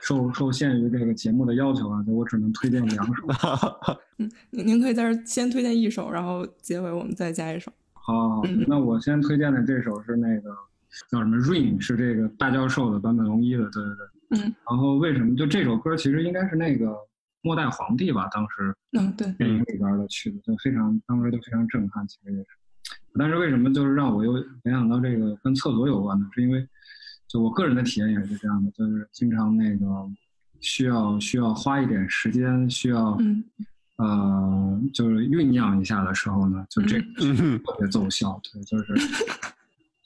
[SPEAKER 2] 受受限于这个节目的要求啊，就我只能推荐两首
[SPEAKER 3] 您您可以在这儿先推荐一首，然后结尾我们再加一首。
[SPEAKER 2] 啊
[SPEAKER 3] 嗯。
[SPEAKER 2] 那我先推荐的这首是那个叫什么《Rain》，是这个大教授的坂本龙一的，对对对。
[SPEAKER 3] 嗯
[SPEAKER 2] 然后为什么就这首歌其实应该是那个末代皇帝吧？当时
[SPEAKER 3] 嗯，对，
[SPEAKER 2] 电影里边的曲子就非常，当时就非常震撼，其实也是。但是为什么就是让我又联想到这个跟厕所有关呢？是因为就我个人的体验也是这样的，就是经常那个需要需要花一点时间，需要
[SPEAKER 3] 嗯
[SPEAKER 2] 呃，就是酝酿一下的时候呢，就这个是特别奏效，对，就是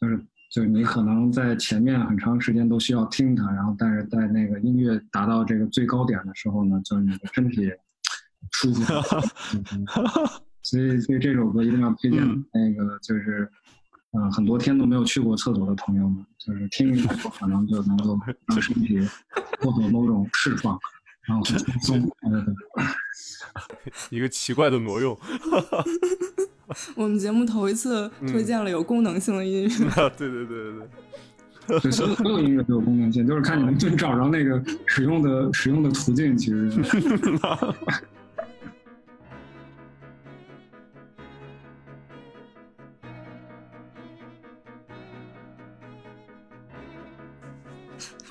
[SPEAKER 2] 就是就是你可能在前面很长时间都需要听它，然后但是在那个音乐达到这个最高点的时候呢，就是你的身体也舒服了，嗯所以所以这首歌一定要推荐
[SPEAKER 1] 嗯
[SPEAKER 2] 那个就是。嗯、很多天都没有去过厕所的朋友们，就是听一下，可能就能够让身体获得某种释放，然后很轻松。对对对
[SPEAKER 1] 一个奇怪的挪用。
[SPEAKER 3] 我们节目头一次推荐了有功能性的音乐。
[SPEAKER 1] 啊对对对对对，
[SPEAKER 2] 对，所有所有音乐都有功能性，就是看你能不能找着那个使用的使用的途径。其实，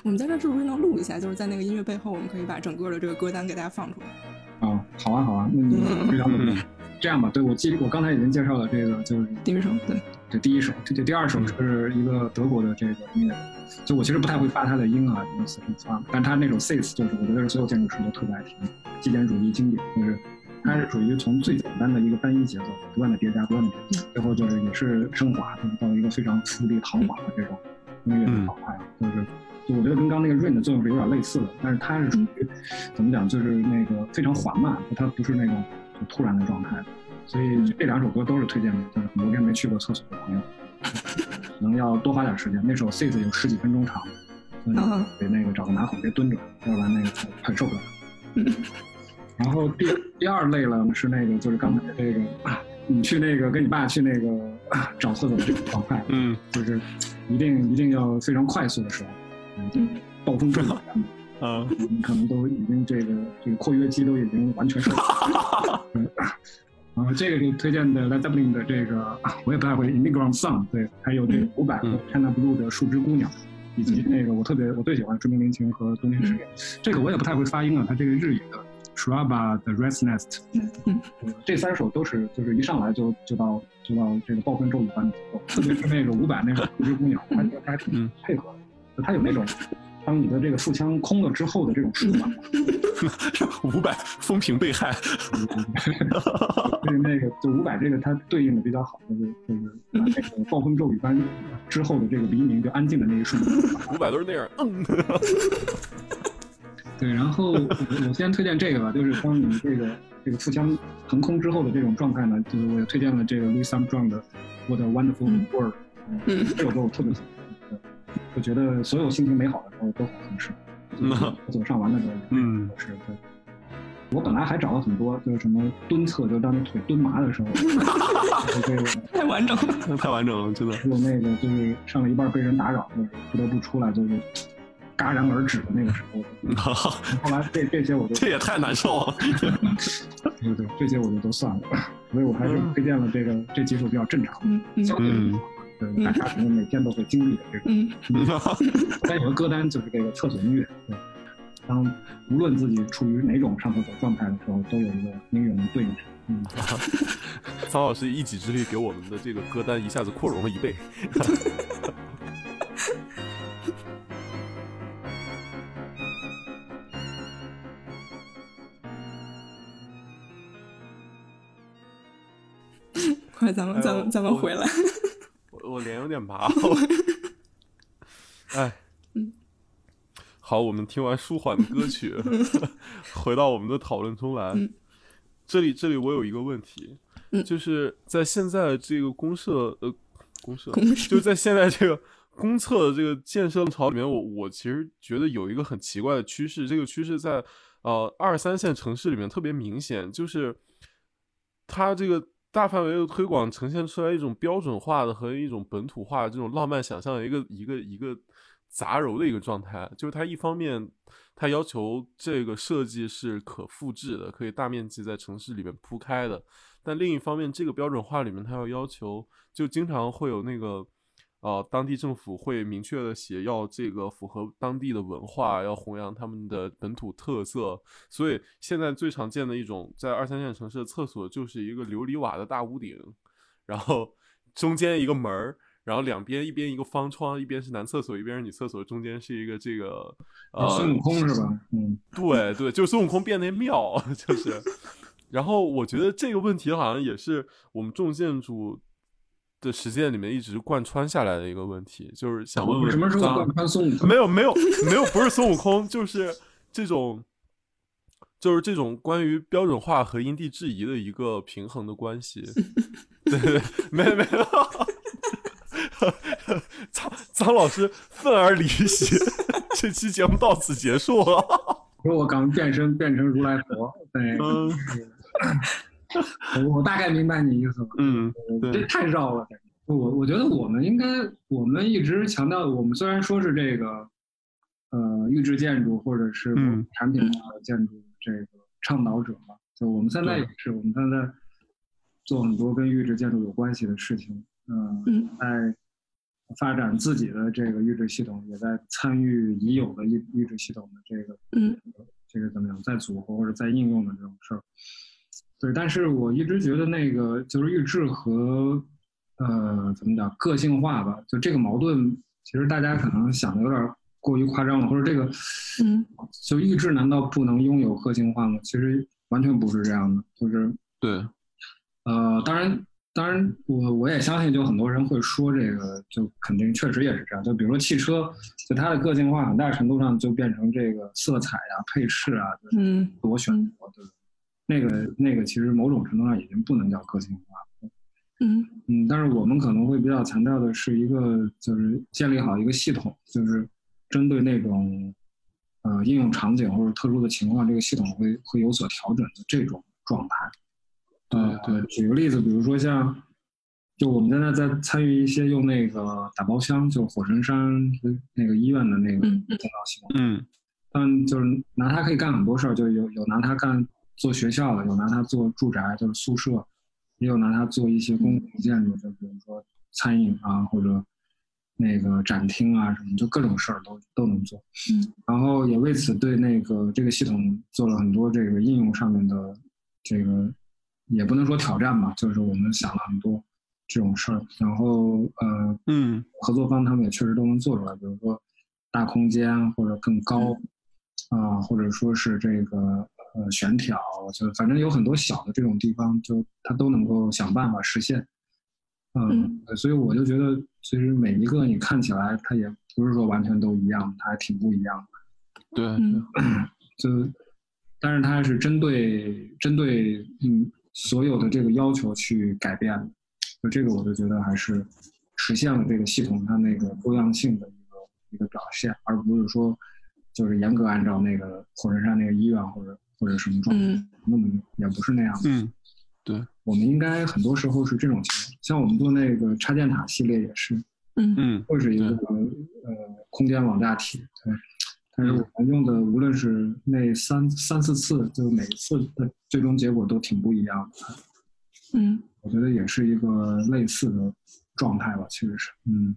[SPEAKER 3] 我们在这儿是不是能录一下？就是在那个音乐背后，我们可以把整个的这个歌单给大家放出来。
[SPEAKER 2] 啊，好啊，好啊，那你
[SPEAKER 3] 嗯
[SPEAKER 2] 非常
[SPEAKER 1] 嗯
[SPEAKER 2] 这样吧，对我记，我刚才已经介绍了这个，就是
[SPEAKER 3] 第一首，对，
[SPEAKER 2] 这第一首，这这第二首是一个德国的这个音乐人，就我其实不太会发他的音啊，因为四声发，但他那种 six 就是我觉得是所有建筑师都特别爱听，极简主义经典，就是它是属于从最简单的一个单一节奏不断的叠加，不断的叠加，最后就是也是升华就是到一个非常富丽豪华的这种音乐的状态，就是。就我觉得跟刚刚那个 rain 的作用是有点类似的，但是它是属于怎么讲，就是那个非常缓慢，它不是那种就突然的状态。所以这两首歌都是推荐的，就是很多天没去过厕所的朋友，可能要多花点时间。那首 Six 有十几分钟长，所以
[SPEAKER 3] 嗯
[SPEAKER 2] 得那个找个马桶别蹲着，要不然那个很受不了
[SPEAKER 3] 嗯。
[SPEAKER 2] 然后第第二类了是那个就是刚才这个，啊你去那个跟你爸去那个啊找厕所的这个状态，
[SPEAKER 1] 嗯
[SPEAKER 2] 就是一定一定要非常快速的时候，嗯，暴风骤雨啊
[SPEAKER 1] 啊，
[SPEAKER 2] 你可能都已经这个这个括约肌都已经完全受不 了。对然后这个是推荐的 Led Zeppelin 的这个，啊我也不太会 Immigrant Song，对，还有这个伍佰
[SPEAKER 1] 嗯
[SPEAKER 2] 和 China Blue 的《树枝姑娘》，以及那个我特别我最喜欢《追名林檎》和《东京实验》，
[SPEAKER 1] 嗯
[SPEAKER 2] 这个我也不太会发音啊，它这个日语的 Shrubba 的 Rat's Nest，
[SPEAKER 3] 嗯
[SPEAKER 2] 这三首都是就是一上来就就到就到这个暴风骤雨般的节奏，特别是那个伍佰那个《树枝姑娘》，我还觉得他还挺
[SPEAKER 1] 嗯
[SPEAKER 2] 配合的，就他有那种当你的这个腹腔空了之后的这种舒缓。
[SPEAKER 1] 五百风评被害。
[SPEAKER 2] 对那个就伍佰这个，它对应的比较好，就是就是把这个暴风骤雨般之后的这个黎明，就安静的那一瞬间。
[SPEAKER 1] 五百都是那样，嗯，
[SPEAKER 2] 对，然后我我先推荐这个吧，就是当你这个这个腹腔横空之后的这种状态呢，就是我也推荐了这个 Louis Armstrong 的《What a Wonderful World》，
[SPEAKER 3] 嗯
[SPEAKER 2] 这首歌我特别喜欢，对我觉得所有心情美好的时候都很合适。
[SPEAKER 1] 嗯
[SPEAKER 2] 走上完的时候，
[SPEAKER 1] 嗯
[SPEAKER 2] 合适。对，我本来还找了很多，就是什么蹲厕，就是当你腿蹲麻的时候，就是这个。
[SPEAKER 3] 太完整了。
[SPEAKER 1] 太完整了，真的。
[SPEAKER 2] 有那个就是上了一半被人打扰，就是不得不出来，就是戛然而止的那个时候。后来这这些我就
[SPEAKER 1] 这也太难受了。
[SPEAKER 2] 对对，这些我就都算了，所以我还是推荐了这个这几首比较正常，
[SPEAKER 3] 嗯
[SPEAKER 2] 相 对正常，
[SPEAKER 3] 嗯
[SPEAKER 2] 对大家可能每天都会经历的这种。
[SPEAKER 3] 嗯
[SPEAKER 2] 但有个歌单就是这个厕所音乐，对，当无论自己处于哪种上厕所状态的时候，都有一个音乐能对应上。嗯，
[SPEAKER 1] 桑老师一己之力给我们的这个歌单一下子扩容了一倍。
[SPEAKER 3] 快，咱们咱
[SPEAKER 1] 哎呦
[SPEAKER 3] 们咱们
[SPEAKER 1] 我
[SPEAKER 3] 回来。
[SPEAKER 1] 我我脸有点 麻，哎，好，我们听完舒缓的歌曲， 回到我们的讨论中来。这里，这里我有一个问题，
[SPEAKER 3] 嗯
[SPEAKER 1] 就是在现在这个公社，呃，公社，
[SPEAKER 3] 公
[SPEAKER 1] 就
[SPEAKER 3] 社
[SPEAKER 1] 在现在这个公厕的这个建设潮里面，我我其实觉得有一个很奇怪的趋势，这个趋势在呃二三线城市里面特别明显，就是它这个大范围的推广呈现出来一种标准化的和一种本土化的这种浪漫想象的一个一个一个杂糅的一个状态，就是它一方面。它要求这个设计是可复制的，可以大面积在城市里面铺开的，但另一方面，这个标准化里面它要要求，就经常会有那个，呃，当地政府会明确的写要这个符合当地的文化，要弘扬他们的本土特色。所以现在最常见的一种在二三线城市的厕所就是一个琉璃瓦的大屋顶，然后 中间一个门儿。然后两边一边一个方窗，一边是男厕所，一边是女厕所，中间是一个这个呃
[SPEAKER 2] 孙悟空哦是吧？嗯，
[SPEAKER 1] 对对，就是孙悟空变那庙， 就是。然后我觉得这个问题好像也是我们重建筑的实践里面一直贯穿下来的一个问题，就是想问
[SPEAKER 2] 我
[SPEAKER 1] 问
[SPEAKER 2] 什么时候
[SPEAKER 1] 脏
[SPEAKER 2] 贯穿孙悟空？
[SPEAKER 1] 没有没有没有，不是孙悟空，就是这种，就是这种关于标准化和因地制宜的一个平衡的关系。对对，对没没有， 张张老师愤而离席， 这期节目到此结束了。
[SPEAKER 2] 说我刚变身变成如来佛，对，
[SPEAKER 4] 嗯
[SPEAKER 2] 我我大概明白你意思了。
[SPEAKER 1] 嗯，
[SPEAKER 2] 这
[SPEAKER 1] 对，
[SPEAKER 2] 太绕了。我我觉得我们应该，我们一直强调，我们虽然说是这个，呃，预制建筑或者是
[SPEAKER 1] 嗯
[SPEAKER 2] 产品化的建筑这个倡导者嘛，就我们现在也是，我们现在做很多跟预制建筑有关系的事情，
[SPEAKER 3] 嗯
[SPEAKER 2] 嗯，在发展自己的这个预制系统，也在参与已有的预预制系统的这个
[SPEAKER 3] 嗯
[SPEAKER 2] 这个怎么样再组合或者再应用的这种事儿。对，但是我一直觉得那个就是预制和呃怎么讲个性化吧，就这个矛盾，其实大家可能想的有点过于夸张了，或者这个
[SPEAKER 3] 嗯
[SPEAKER 2] 就预制难道不能拥有个性化吗？其实完全不是这样的，就是
[SPEAKER 1] 对，
[SPEAKER 2] 呃，当然，当然我，我也相信，就很多人会说这个，就肯定确实也是这样。就比如说汽车，就它的个性化很大程度上就变成这个色彩啊、配饰啊，就是
[SPEAKER 3] 嗯
[SPEAKER 2] 自我选择，对吧？那个那个，其实某种程度上已经不能叫个性化。
[SPEAKER 3] 嗯
[SPEAKER 2] 嗯，但是我们可能会比较强调的是一个，就是建立好一个系统，就是针对那种呃应用场景或者特殊的情况，这个系统会会有所调整的这种状态。
[SPEAKER 1] 对对
[SPEAKER 3] 嗯
[SPEAKER 2] 呃，举个例子，比如说像，就我们现在在参与一些用那个打包箱，就火神山那个医院的那个
[SPEAKER 3] 嗯
[SPEAKER 2] 建造系统，
[SPEAKER 1] 嗯
[SPEAKER 2] 但就是拿它可以干很多事儿，就是有有拿它干做学校的，有拿它做住宅，就是宿舍，也有拿它做一些公共建筑，就比如说餐饮啊，或者那个展厅啊什么，就各种事儿都都能做。
[SPEAKER 3] 嗯
[SPEAKER 2] 然后也为此对那个这个系统做了很多这个应用上面的这个，也不能说挑战吧，就是我们想了很多这种事儿。然后呃，
[SPEAKER 1] 嗯
[SPEAKER 2] 合作方他们也确实都能做出来，比如说大空间或者更高啊、或者说是这个呃悬挑，就反正有很多小的这种地方，就它都能够想办法实现。嗯，所以我就觉得，其实每一个你看起来它也不是说完全都一样，它还挺不一样的。
[SPEAKER 1] 对，
[SPEAKER 3] 嗯
[SPEAKER 2] 就，但是它是针对针对嗯所有的这个要求去改变的，就这个我就觉得还是实现了这个系统它那个多样性的一个一个表现，而不是说就是严格按照那个火神山那个医院或者或者什么状态，
[SPEAKER 3] 嗯
[SPEAKER 2] 那么也不是那样的。
[SPEAKER 1] 嗯
[SPEAKER 2] 我们应该很多时候是这种情况，像我们做那个插件塔系列也是，
[SPEAKER 3] 嗯
[SPEAKER 1] 嗯
[SPEAKER 2] 会是一个呃空间网大体，对。但是我们用的无论是那三三四次，就每一次的最终结果都挺不一样的。
[SPEAKER 3] 嗯
[SPEAKER 2] 我觉得也是一个类似的状态吧，其实是，嗯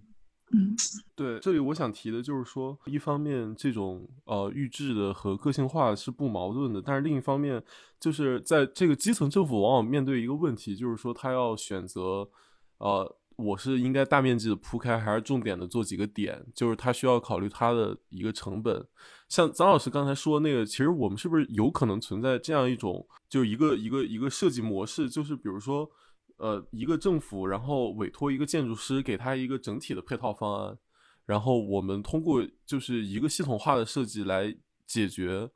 [SPEAKER 3] 嗯
[SPEAKER 1] 对，这里我想提的就是说，一方面这种呃预制的和个性化是不矛盾的，但是另一方面，就是在这个基层政府往往面对一个问题，就是说他要选择，呃，我是应该大面积的铺开，还是重点的做几个点，就是他需要考虑他的一个成本。像张老师刚才说那个，其实我们是不是有可能存在这样一种，就是一个一个一个设计模式，就是比如说，呃，一个政府然后委托一个建筑师给他一个整体的配套方案，然后我们通过就是一个系统化的设计来解决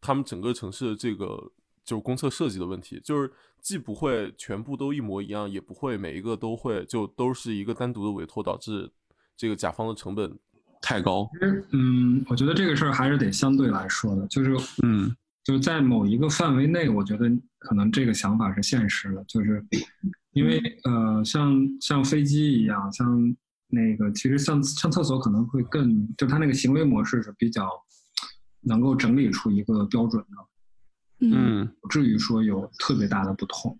[SPEAKER 1] 他们整个城市的这个就是公厕设计的问题，就是既不会全部都一模一样，也不会每一个都会就都是一个单独的委托，导致这个甲方的成本太高。
[SPEAKER 2] 其实，嗯，我觉得这个事儿还是得相对来说的，就是
[SPEAKER 1] 嗯
[SPEAKER 2] 就是在某一个范围内，我觉得可能这个想法是现实的，就是因为呃，像像飞机一样，像那个其实上上厕所可能会更，就它那个行为模式是比较能够整理出一个标准的，
[SPEAKER 3] 嗯
[SPEAKER 1] 嗯，
[SPEAKER 2] 不至于说有特别大的不同。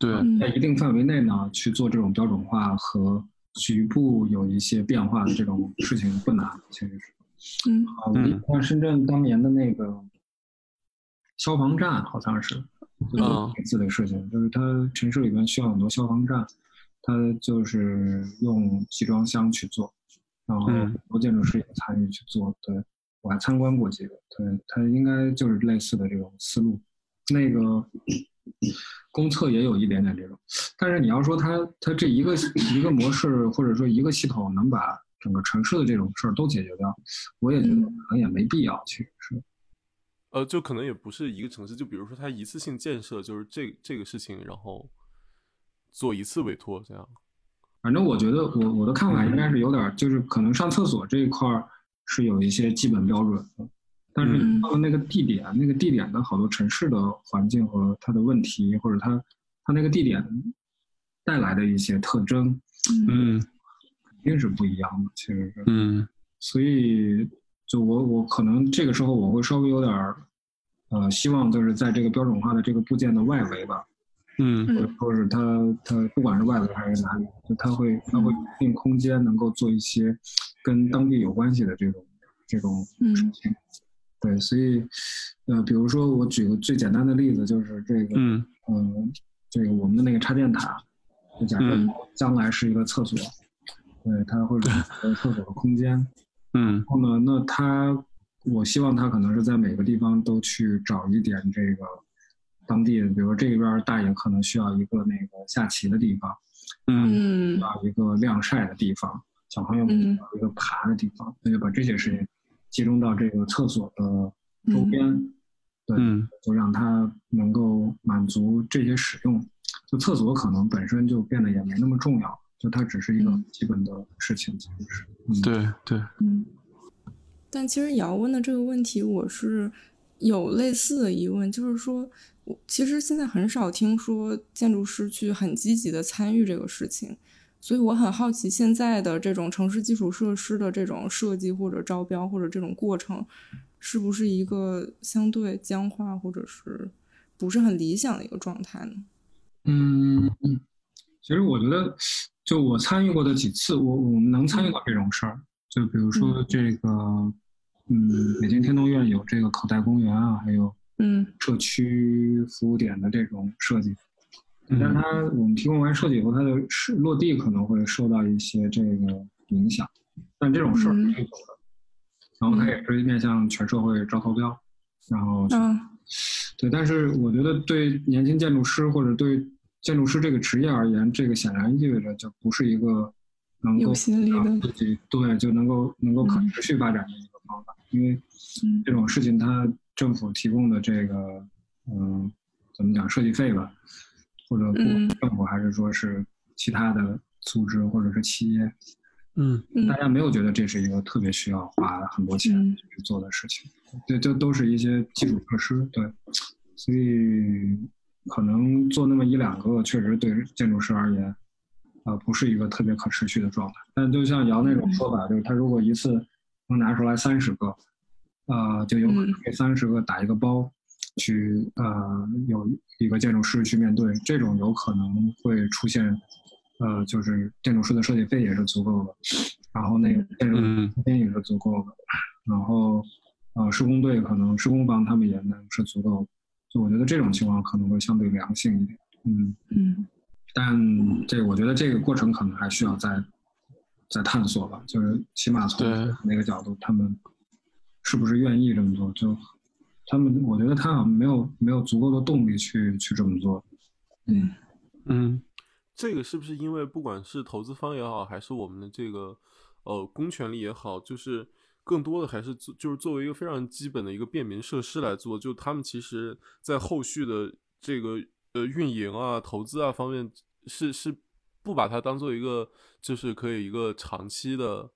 [SPEAKER 1] 对，
[SPEAKER 3] 嗯
[SPEAKER 2] 在一定范围内呢，去做这种标准化和局部有一些变化的这种事情不难，其实是。
[SPEAKER 3] 嗯
[SPEAKER 2] 啊，我印象深圳当年的那个消防站好像是，就是
[SPEAKER 1] 嗯
[SPEAKER 2] 类似的事情，就是它城市里面需要很多消防站，它就是用集装箱去做，然后
[SPEAKER 1] 嗯
[SPEAKER 2] 很多建筑师也参与去做。对我还参观过几个，对它应该就是类似的这种思路。那个公厕也有一点点这种，但是你要说它它这一个一个模式或者说一个系统能把整个城市的这种事儿都解决掉，我也觉得
[SPEAKER 3] 嗯
[SPEAKER 2] 可能也没必要去。是，
[SPEAKER 1] 呃，就可能也不是一个城市，就比如说它一次性建设，就是这这个事情，然后做一次委托这样。
[SPEAKER 2] 反正我觉得我我的看法应该是有点儿，就是可能上厕所这一块儿是有一些基本标准的，但是
[SPEAKER 3] 嗯
[SPEAKER 2] 到了那个地点，那个地点的好多城市的环境和它的问题，或者它它那个地点带来的一些特征，
[SPEAKER 3] 嗯
[SPEAKER 1] 嗯
[SPEAKER 2] 肯定是不一样的。其实是，
[SPEAKER 1] 嗯
[SPEAKER 2] 所以就我我可能这个时候我会稍微有点儿，呃，希望就是在这个标准化的这个部件的外围吧，
[SPEAKER 1] 嗯
[SPEAKER 2] 或者
[SPEAKER 3] 嗯
[SPEAKER 2] 说是它它不管是外围还是哪里，就它会它会有一定空间能够做一些跟当地有关系的这种这种
[SPEAKER 3] 嗯
[SPEAKER 2] 事情。对，所以呃，比如说我举个最简单的例子，就是这个
[SPEAKER 1] 嗯
[SPEAKER 2] 嗯，这个我们的那个插电塔，就假设
[SPEAKER 1] 嗯
[SPEAKER 2] 将来是一个厕所，对，它会有一个厕所的空间。
[SPEAKER 1] 嗯
[SPEAKER 2] 然后呢，那它，我希望它可能是在每个地方都去找一点这个当地的，比如说这边儿大爷可能需要一个那个下棋的地方，
[SPEAKER 1] 嗯
[SPEAKER 3] 嗯
[SPEAKER 2] 需要一个晾晒的地方，小朋友们需
[SPEAKER 3] 嗯
[SPEAKER 2] 要一个爬的地方，那就把这些事情集中到这个厕所的
[SPEAKER 3] 嗯
[SPEAKER 2] 周边，对，
[SPEAKER 1] 嗯
[SPEAKER 2] 就让它能够满足这些使用。就厕所可能本身就变得也没那么重要，就它只是一个
[SPEAKER 3] 嗯
[SPEAKER 2] 基本的事情，其实是。
[SPEAKER 1] 对对，
[SPEAKER 3] 嗯，但其实瑶问的这个问题，我是有类似的疑问，就是说，我其实现在很少听说建筑师去很积极的参与这个事情，所以我很好奇现在的这种城市基础设施的这种设计或者招标或者这种过程，是不是一个相对僵化或者是不是很理想的一个状态呢？
[SPEAKER 2] 嗯，其实我觉得，就我参与过的几次，我我们能参与到这种事儿，就比如说这个，嗯，北京天通苑有这个口袋公园啊，还有
[SPEAKER 3] 嗯
[SPEAKER 2] 社区服务点的这种设计，
[SPEAKER 1] 嗯
[SPEAKER 2] 但它我们提供完设计以后，它的是落地可能会受到一些这个影响，但这种事儿是
[SPEAKER 3] 嗯
[SPEAKER 2] 有的，然后它也是面向全社会招投标，然后去
[SPEAKER 3] 啊
[SPEAKER 2] 对，但是我觉得对年轻建筑师或者对建筑师这个职业而言，这个显然意味着就不是一个能够
[SPEAKER 3] 有吸引力的
[SPEAKER 2] 让自己对就能够能够可持续发展的一个方法，因为
[SPEAKER 3] 嗯
[SPEAKER 2] 这种事情它政府提供的这个嗯怎么讲设计费吧，或者不管
[SPEAKER 3] 嗯
[SPEAKER 2] 是政府还是说是其他的组织或者是企业，
[SPEAKER 1] 嗯
[SPEAKER 3] 嗯
[SPEAKER 2] 大家没有觉得这是一个特别需要花很多钱
[SPEAKER 3] 嗯
[SPEAKER 2] 去做的事情，对，这都是一些基础设施，对，所以可能做那么一两个，确实对建筑师而言，呃，不是一个特别可持续的状态。但就像姚那种
[SPEAKER 3] 嗯
[SPEAKER 2] 说法，就是他如果一次能拿出来三十个，呃，就有可能
[SPEAKER 3] 嗯
[SPEAKER 2] 这三十个打一个包，去呃有一个建筑师去面对，这种有可能会出现，呃，就是建筑师的设计费也是足够的，然后那个建筑
[SPEAKER 1] 嗯
[SPEAKER 2] 空间也是足够的，然后呃施工队可能施工方他们也能是足够的，就我觉得这种情况可能会相对良性一点，嗯，
[SPEAKER 3] 嗯
[SPEAKER 2] 但这我觉得这个过程可能还需要再再探索吧，就是起码从
[SPEAKER 1] 对
[SPEAKER 2] 那个角度，他们是不是愿意这么做？就他们，我觉得他好像没有没有足够的动力去去这么做。
[SPEAKER 3] 对
[SPEAKER 1] 嗯，这个是不是因为不管是投资方也好，还是我们的这个呃公权力也好，就是更多的还是做就是作为一个非常基本的一个便民设施来做，就他们其实在后续的这个呃运营啊、投资啊方面是是不把它当做一个就是可以一个长期的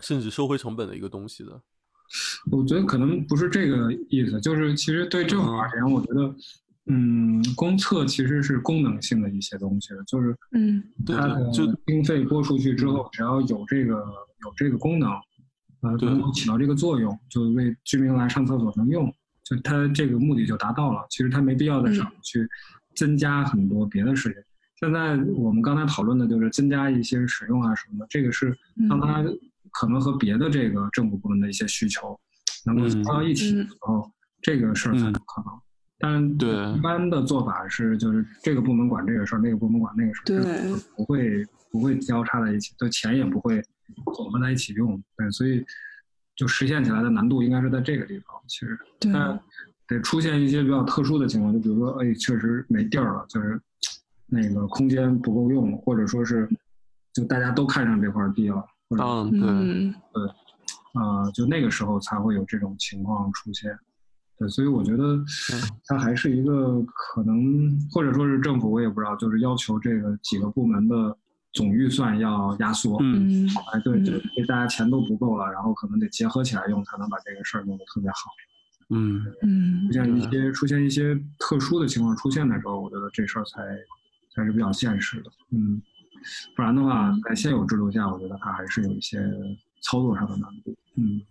[SPEAKER 1] 甚至收回成本的一个东西的。
[SPEAKER 2] 我觉得可能不是这个意思，就是其实对政府而言，我觉得，嗯，公测其实是功能性的一些东西，就是
[SPEAKER 3] 嗯，
[SPEAKER 1] 对
[SPEAKER 2] 它的
[SPEAKER 1] 对就
[SPEAKER 2] 经费拨出去之后，只要有这个有这个功能，呃，
[SPEAKER 1] 对
[SPEAKER 2] 能够起到这个作用，就为居民来上厕所能用，就它这个目的就达到了。其实它没必要在上面去增加很多别的事情。现在我们刚才讨论的就是增加一些使用啊什么的，这个是让它可能和别的这个政府部门的一些需求能够加
[SPEAKER 1] 嗯
[SPEAKER 2] 到一起的时候，这个事儿才有可能。但
[SPEAKER 1] 对
[SPEAKER 2] 一般的做法是，就是这个部门管这个事儿，那个部门管那个事儿，
[SPEAKER 3] 对
[SPEAKER 2] 就是不会不会交叉在一起，就钱也不会混合在一起用。对，所以就实现起来的难度应该是在这个地方。其实，
[SPEAKER 3] 对，
[SPEAKER 2] 但得出现一些比较特殊的情况，就比如说，哎，确实没地儿了，就是那个空间不够用，或者说是就大家都看上这块地了，或者
[SPEAKER 1] 嗯，对，
[SPEAKER 3] 嗯，
[SPEAKER 2] 呃，就那个时候才会有这种情况出现。对，所以我觉得它还是一个可能，或者说是政府，我也不知道，就是要求这个几个部门的总预算要压缩。
[SPEAKER 1] 嗯，
[SPEAKER 3] 嗯，
[SPEAKER 2] 哎，对，
[SPEAKER 3] 嗯
[SPEAKER 2] 就是大家钱都不够了，然后可能得结合起来用，才能把这个事儿弄得特别好。
[SPEAKER 1] 嗯，
[SPEAKER 3] 嗯
[SPEAKER 2] 出，现一些出现一些特殊的情况出现的时候，我觉得这事儿才才是比较现实的。嗯，不然的话，在现有制度下，我觉得它还是有一些操作上的难度。嗯。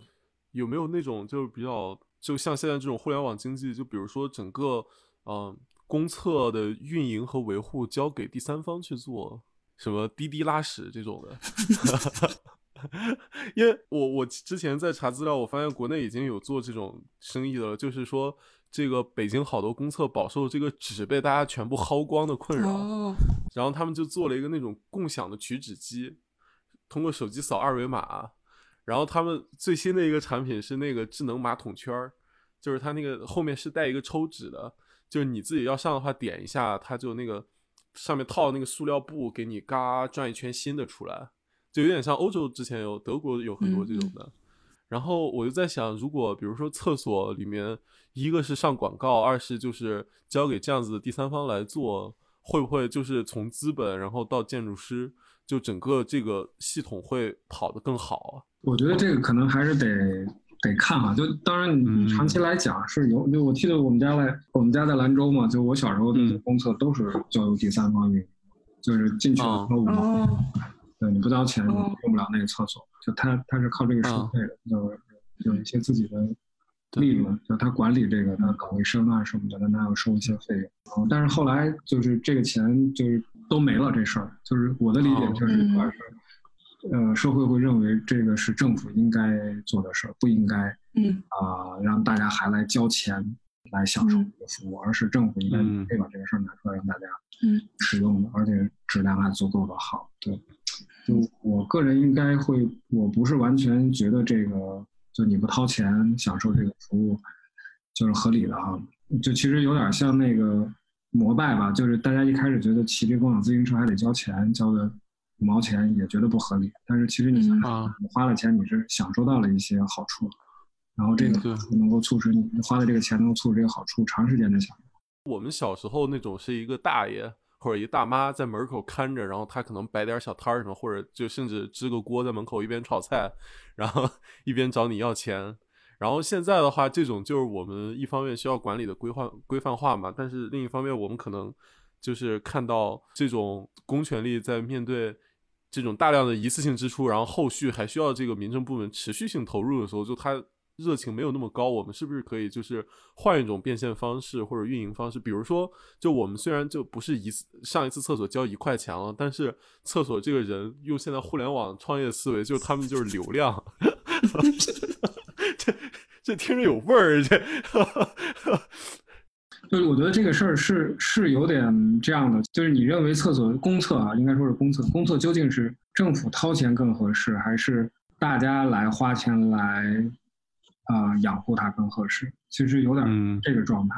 [SPEAKER 1] 有没有那种就是比较，就像现在这种互联网经济，就比如说整个嗯、呃公测的运营和维护交给第三方去做，什么滴滴拉屎这种的。 因为我我之前在查资料，我发现国内已经有做这种生意的了，就是说这个北京好多公厕饱受这个纸被大家全部薅光的困扰，
[SPEAKER 3] 哦，
[SPEAKER 1] 然后他们就做了一个那种共享的取纸机，通过手机扫二维码。然后他们最新的一个产品是那个智能马桶圈儿，就是它那个后面是带一个抽纸的，就是你自己要上的话点一下，它就那个上面套那个塑料布给你嘎转一圈新的出来，就有点像欧洲之前有德国有很多这种的。然后我就在想，如果比如说厕所里面，一个是上广告，二是就是交给这样子的第三方来做，会不会就是从资本然后到建筑师，就整个这个系统会跑得更好啊？
[SPEAKER 2] 我觉得这个可能还是得得看哈，就当然你
[SPEAKER 1] 嗯
[SPEAKER 2] 长期来讲是有，就我记得我们家在我们家在兰州嘛，就我小时候的
[SPEAKER 1] 嗯
[SPEAKER 2] 公厕都是交由第三方运营，就是进去了
[SPEAKER 1] 哦
[SPEAKER 2] 交五毛，
[SPEAKER 3] 哦，
[SPEAKER 2] 对你不交钱你
[SPEAKER 3] 哦
[SPEAKER 2] 用不了那个厕所，就他他是靠这个收
[SPEAKER 1] 哦
[SPEAKER 2] 费的，就是有一些自己的
[SPEAKER 1] 对
[SPEAKER 2] 利润，就他管理这个他搞卫生啊什么的，但他要收一些费用。然后但是后来就是这个钱就是都没了这事儿，就是我的理解
[SPEAKER 1] 哦
[SPEAKER 2] 就是主要是。呃，社会会认为这个是政府应该做的事儿，不应该
[SPEAKER 3] 嗯
[SPEAKER 2] 啊、让大家还来交钱来享受
[SPEAKER 3] 嗯
[SPEAKER 2] 这个服务，而是政府应该
[SPEAKER 1] 嗯
[SPEAKER 2] 可以把这个事儿拿出来让大家
[SPEAKER 3] 嗯
[SPEAKER 2] 使用的，而且质量还足够的好。对，
[SPEAKER 3] 嗯
[SPEAKER 2] 就我个人应该会，我不是完全觉得这个就你不掏钱享受这个服务就是合理的啊，就其实有点像那个摩拜吧，就是大家一开始觉得骑这共享自行车还得交钱，交个五毛钱也觉得不合理，但是其实你想
[SPEAKER 3] 嗯
[SPEAKER 2] 想
[SPEAKER 1] 啊，
[SPEAKER 2] 你花了钱，你是享受到了一些好处，然后这个
[SPEAKER 1] 嗯对
[SPEAKER 2] 好处能够促使你花的这个钱能够促使这个好处长时间的享受。
[SPEAKER 1] 我们小时候那种是一个大爷或者一大妈在门口看着，然后他可能摆点小摊儿什么，或者就甚至支个锅在门口一边炒菜，然后 一边找你要钱。然后现在的话，这种就是我们一方面需要管理的规范规范化嘛，但是另一方面我们可能就是看到这种公权力在面对这种大量的一次性支出，然后后续还需要这个民政部门持续性投入的时候，就它热情没有那么高，我们是不是可以就是换一种变现方式或者运营方式？比如说，就我们虽然就不是一次上一次厕所交一块钱了，但是厕所这个人用现在互联网创业思维，就是他们就是流量， 这这听着有味儿，这
[SPEAKER 2] 对，我觉得这个事儿是是有点这样的，就是你认为厕所公厕啊，应该说是公厕，公厕究竟是政府掏钱更合适，还是大家来花钱来啊、呃养护它更合适？其实有点
[SPEAKER 1] 嗯
[SPEAKER 2] 这个状态。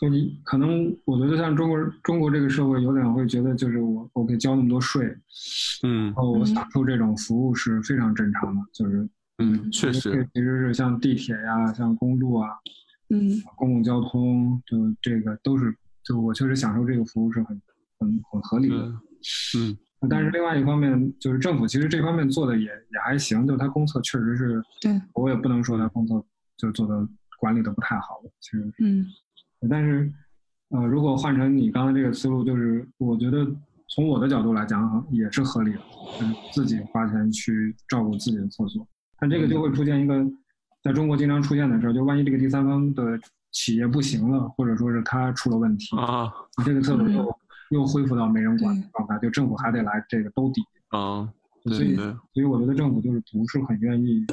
[SPEAKER 2] 就你可能我觉得像中国中国这个社会有点会觉得就是我我给交那么多税，
[SPEAKER 1] 嗯
[SPEAKER 2] 然后我享受这种服务是非常正常的，就是
[SPEAKER 1] 嗯，确
[SPEAKER 2] 这
[SPEAKER 1] 实，
[SPEAKER 2] 其实是像地铁呀、像公路啊、
[SPEAKER 3] 嗯
[SPEAKER 2] 公共交通，就这个都是就我确实享受这个服务是很很很合理的。
[SPEAKER 1] 嗯嗯
[SPEAKER 2] 但是另外一方面，就是政府其实这方面做的也也还行，就是它公测确实是，
[SPEAKER 3] 对，
[SPEAKER 2] 我也不能说它公测就做的管理的不太好了，其实，
[SPEAKER 3] 嗯
[SPEAKER 2] 但是，呃，如果换成你刚才这个思路，就是我觉得从我的角度来讲啊也是合理的，就是自己花钱去照顾自己的厕所，但这个就会出现一个在中国经常出现的事儿，就万一这个第三方的企业不行了，或者说是它出了问题，
[SPEAKER 1] 啊
[SPEAKER 2] 这个厕所又、又恢复到没人管的
[SPEAKER 3] 对
[SPEAKER 2] 状态，就政府还得来这个兜底。
[SPEAKER 1] 啊，
[SPEAKER 2] 所
[SPEAKER 1] 对
[SPEAKER 2] 以
[SPEAKER 1] 对，
[SPEAKER 2] 所以我觉得政府就是不是很愿意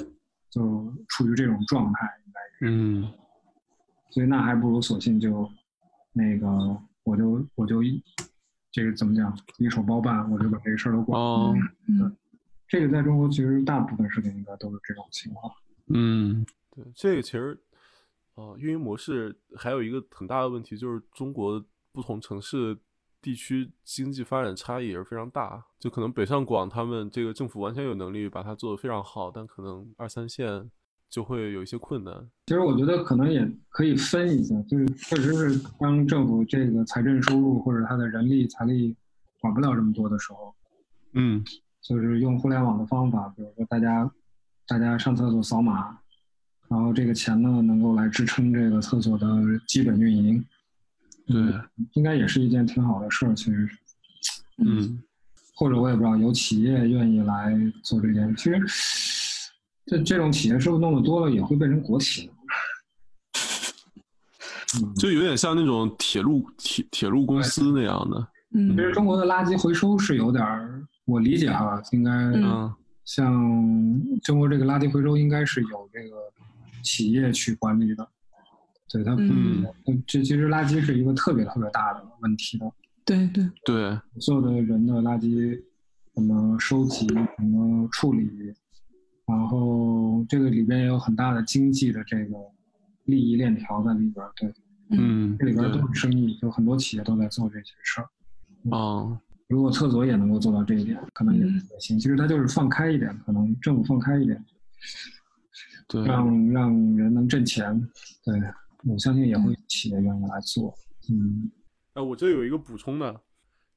[SPEAKER 2] 就处于这种状态，应该
[SPEAKER 1] 嗯
[SPEAKER 2] 所以那还不如索性就那个我就我就一这个怎么讲一手包办，我就把这个事儿都管。
[SPEAKER 1] 哦
[SPEAKER 3] 嗯
[SPEAKER 2] 这个在中国其实大部分事情应该都是这种情况。
[SPEAKER 1] 嗯，对，这个其实呃，运营模式还有一个很大的问题就是中国不同城市。地区经济发展差异也是非常大，就可能北上广他们这个政府完全有能力把它做得非常好，但可能二三线就会有一些困难。
[SPEAKER 2] 其实我觉得可能也可以分一下，就是确实是当政府这个财政收入或者它的人力财力管不了这么多的时候，
[SPEAKER 1] 嗯
[SPEAKER 2] 就是用互联网的方法，比如说大家大家上厕所扫码，然后这个钱呢能够来支撑这个厕所的基本运营，
[SPEAKER 1] 对，
[SPEAKER 2] 应该也是一件挺好的事儿。其实是，
[SPEAKER 1] 嗯
[SPEAKER 2] 或者我也不知道有企业愿意来做这件事。其实这这种企业是不是弄得多了也会变成国企呢？嗯，
[SPEAKER 1] 就有点像那种铁路铁铁路公司那样的，
[SPEAKER 2] 其
[SPEAKER 3] 嗯
[SPEAKER 2] 实中国的垃圾回收是有点儿，我理解哈，应该
[SPEAKER 1] 嗯
[SPEAKER 2] 像中国这个垃圾回收应该是有这个企业去管理的，对它，
[SPEAKER 3] 嗯
[SPEAKER 2] 这其实垃圾是一个特别特别大的问题的，
[SPEAKER 3] 对对
[SPEAKER 1] 对，
[SPEAKER 2] 所有的人的垃圾怎么收集、怎么处理，然后这个里边也有很大的经济的这个利益链条在里边儿，对，
[SPEAKER 1] 嗯，
[SPEAKER 2] 这里边儿
[SPEAKER 1] 对
[SPEAKER 2] 都是生意，有很多企业都在做这些事儿。
[SPEAKER 1] 哦，
[SPEAKER 2] 如果厕所也能够做到这一点，可能也
[SPEAKER 3] 嗯
[SPEAKER 2] 也行。其实它就是放开一点，可能政府放开一点，
[SPEAKER 1] 对，
[SPEAKER 2] 让让人能挣钱。对，我相信也会有企业愿意来做。嗯，
[SPEAKER 1] 哎，我这有一个补充的，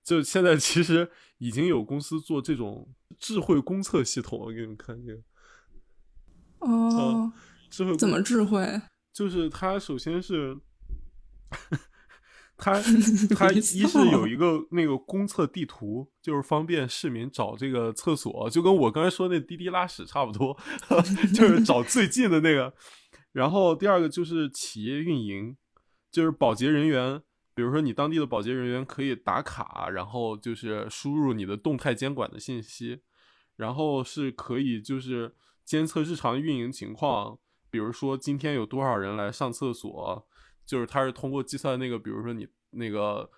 [SPEAKER 1] 就现在其实已经有公司做这种智慧公测系统，我给你们看这个
[SPEAKER 3] 哦，
[SPEAKER 1] 智慧公
[SPEAKER 3] 怎么智慧？
[SPEAKER 1] 就是它首先是它它
[SPEAKER 3] 别
[SPEAKER 1] 一
[SPEAKER 3] 笑
[SPEAKER 1] 是有一个那个公厕地图，就是方便市民找这个厕所，就跟我刚才说那滴滴拉屎差不多， 就是找最近的那个。然后第二个就是企业运营，就是保洁人员，比如说你当地的保洁人员可以打卡，然后就是输入你的动态监管的信息，然后是可以就是监测日常运营情况，比如说今天有多少人来上厕所，就是它是通过计算那个，比如说你那个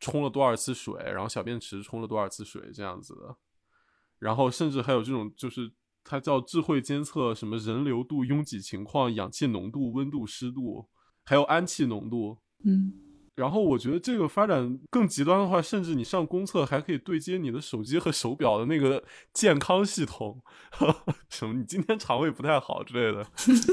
[SPEAKER 1] 冲了多少次水，然后小便池冲了多少次水这样子的，然后甚至还有这种就是。它叫智慧监测什么人流度、拥挤情况、氧气浓度、温度、湿度，还有氨气浓度，
[SPEAKER 3] 嗯
[SPEAKER 1] 然后我觉得这个发展更极端的话，甚至你上公测还可以对接你的手机和手表的那个健康系统， 什么你今天肠胃不太好之类的，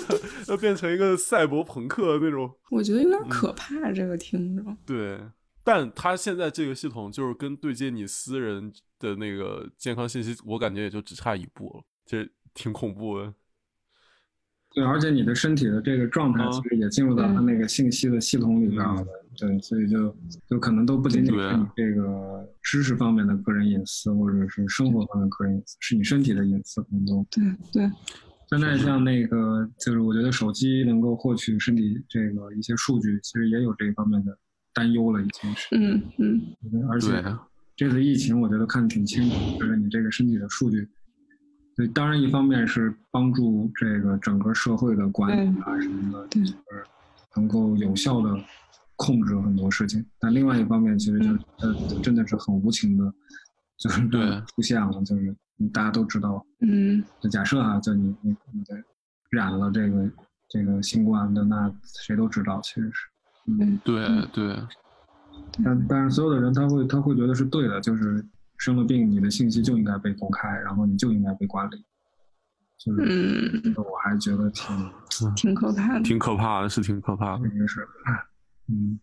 [SPEAKER 1] 要变成一个赛博朋克那种。
[SPEAKER 3] 我觉得有点可怕，这个听着，
[SPEAKER 1] 对，但它现在这个系统就是跟对接你私人的那个健康信息，我感觉也就只差一步了，这挺恐怖的。
[SPEAKER 2] 对，而且你的身体的这个状态
[SPEAKER 1] 嗯
[SPEAKER 2] 其实也进入到它那个信息的系统里边了。
[SPEAKER 1] 嗯
[SPEAKER 2] 对，所以就就可能都不仅仅
[SPEAKER 1] 对啊
[SPEAKER 2] 是你这个知识方面的个人隐私，或者是生活方面的个人隐私，是你身体的隐私，可能都
[SPEAKER 3] 对对，
[SPEAKER 2] 现在像那个，就是我觉得手机能够获取身体这个一些数据，其实也有这一方面的担忧了，已经是。
[SPEAKER 3] 嗯嗯
[SPEAKER 2] 而且这次疫情，我觉得看得挺清楚，就是你这个身体的数据。对，当然一方面是帮助这个整个社会的管理啊什么的，
[SPEAKER 3] 对
[SPEAKER 2] 就是能够有效的控制很多事情。但另外一方面，其实
[SPEAKER 3] 嗯
[SPEAKER 2] 就是呃，真的是很无情的，就是
[SPEAKER 1] 对
[SPEAKER 2] 出现了，就是大家都知道，
[SPEAKER 3] 嗯
[SPEAKER 2] 就假设啊，就你你你的染了这个这个新冠的，那谁都知道，其实是嗯，
[SPEAKER 4] 对对，
[SPEAKER 3] 嗯
[SPEAKER 2] 但但是所有的人他会他会觉得是对的，就是生了病，你的信息就应该被公开，然后你就应该被管理。就是
[SPEAKER 3] 嗯，
[SPEAKER 2] 我还觉得挺
[SPEAKER 3] 挺可怕的。
[SPEAKER 1] 挺可怕的，是挺可怕的。
[SPEAKER 2] 那个是，嗯，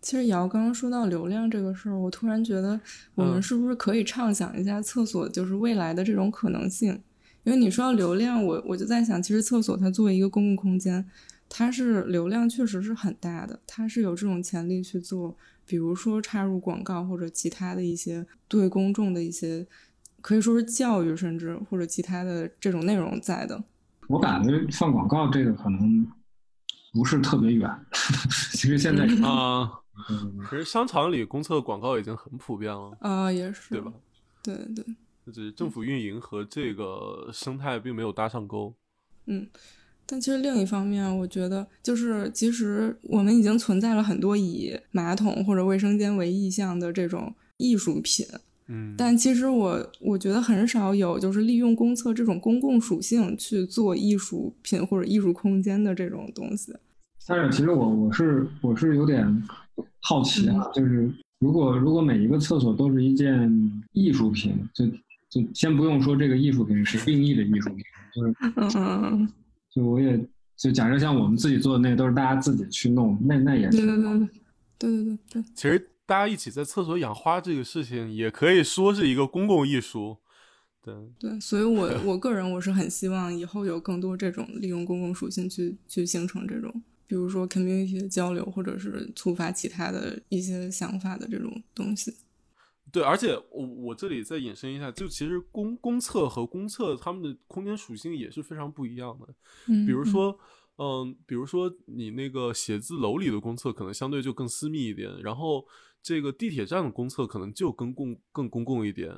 [SPEAKER 3] 其实姚刚刚说到流量这个事儿，我突然觉得我们
[SPEAKER 1] 嗯
[SPEAKER 3] 是不是可以畅想一下厕所就是未来的这种可能性？因为你说到流量，我我就在想，其实厕所它作为一个公共空间，它是流量确实是很大的，它是有这种潜力去做，比如说插入广告或者其他的一些对公众的一些可以说是教育，甚至或者其他的这种内容在的。
[SPEAKER 2] 我感觉放广告这个可能不是特别远， 其实现在，
[SPEAKER 1] 啊，
[SPEAKER 2] 嗯
[SPEAKER 1] 可是商场里公厕广告已经很普遍了，
[SPEAKER 3] 啊、也是，
[SPEAKER 1] 对吧？？
[SPEAKER 3] 对对。
[SPEAKER 1] 只是政府运营和这个生态并没有搭上钩。
[SPEAKER 3] 但其实另一方面，我觉得就是，其实我们已经存在了很多以马桶或者卫生间为意象的这种艺术品，
[SPEAKER 1] 嗯，
[SPEAKER 3] 但其实我我觉得很少有就是利用公厕这种公共属性去做艺术品或者艺术空间的这种东西。
[SPEAKER 2] 但是其实我我是我是有点好奇啊，就是如果如果每一个厕所都是一件艺术品，就就先不用说这个艺术品是谁定义的艺术品，就是
[SPEAKER 3] 嗯嗯，
[SPEAKER 2] 就我也就假设像我们自己做的那都是大家自己去弄，那那也
[SPEAKER 3] 对
[SPEAKER 2] 挺
[SPEAKER 3] 对对对对对对
[SPEAKER 1] 其实大家一起在厕所养花这个事情，也可以说是一个公共艺术。对，
[SPEAKER 3] 对，所以我我个人我是很希望以后有更多这种利用公共属性去去形成这种，比如说 community 的交流，或者是触发其他的一些想法的这种东西。
[SPEAKER 1] 对，而且我我这里再引申一下，就其实公公厕和公厕它们的空间属性也是非常不一样的。
[SPEAKER 3] 嗯，
[SPEAKER 1] 比如说，嗯，比如说你那个写字楼里的公厕可能相对就更私密一点，然后这个地铁站的公厕可能就更公更公共一点，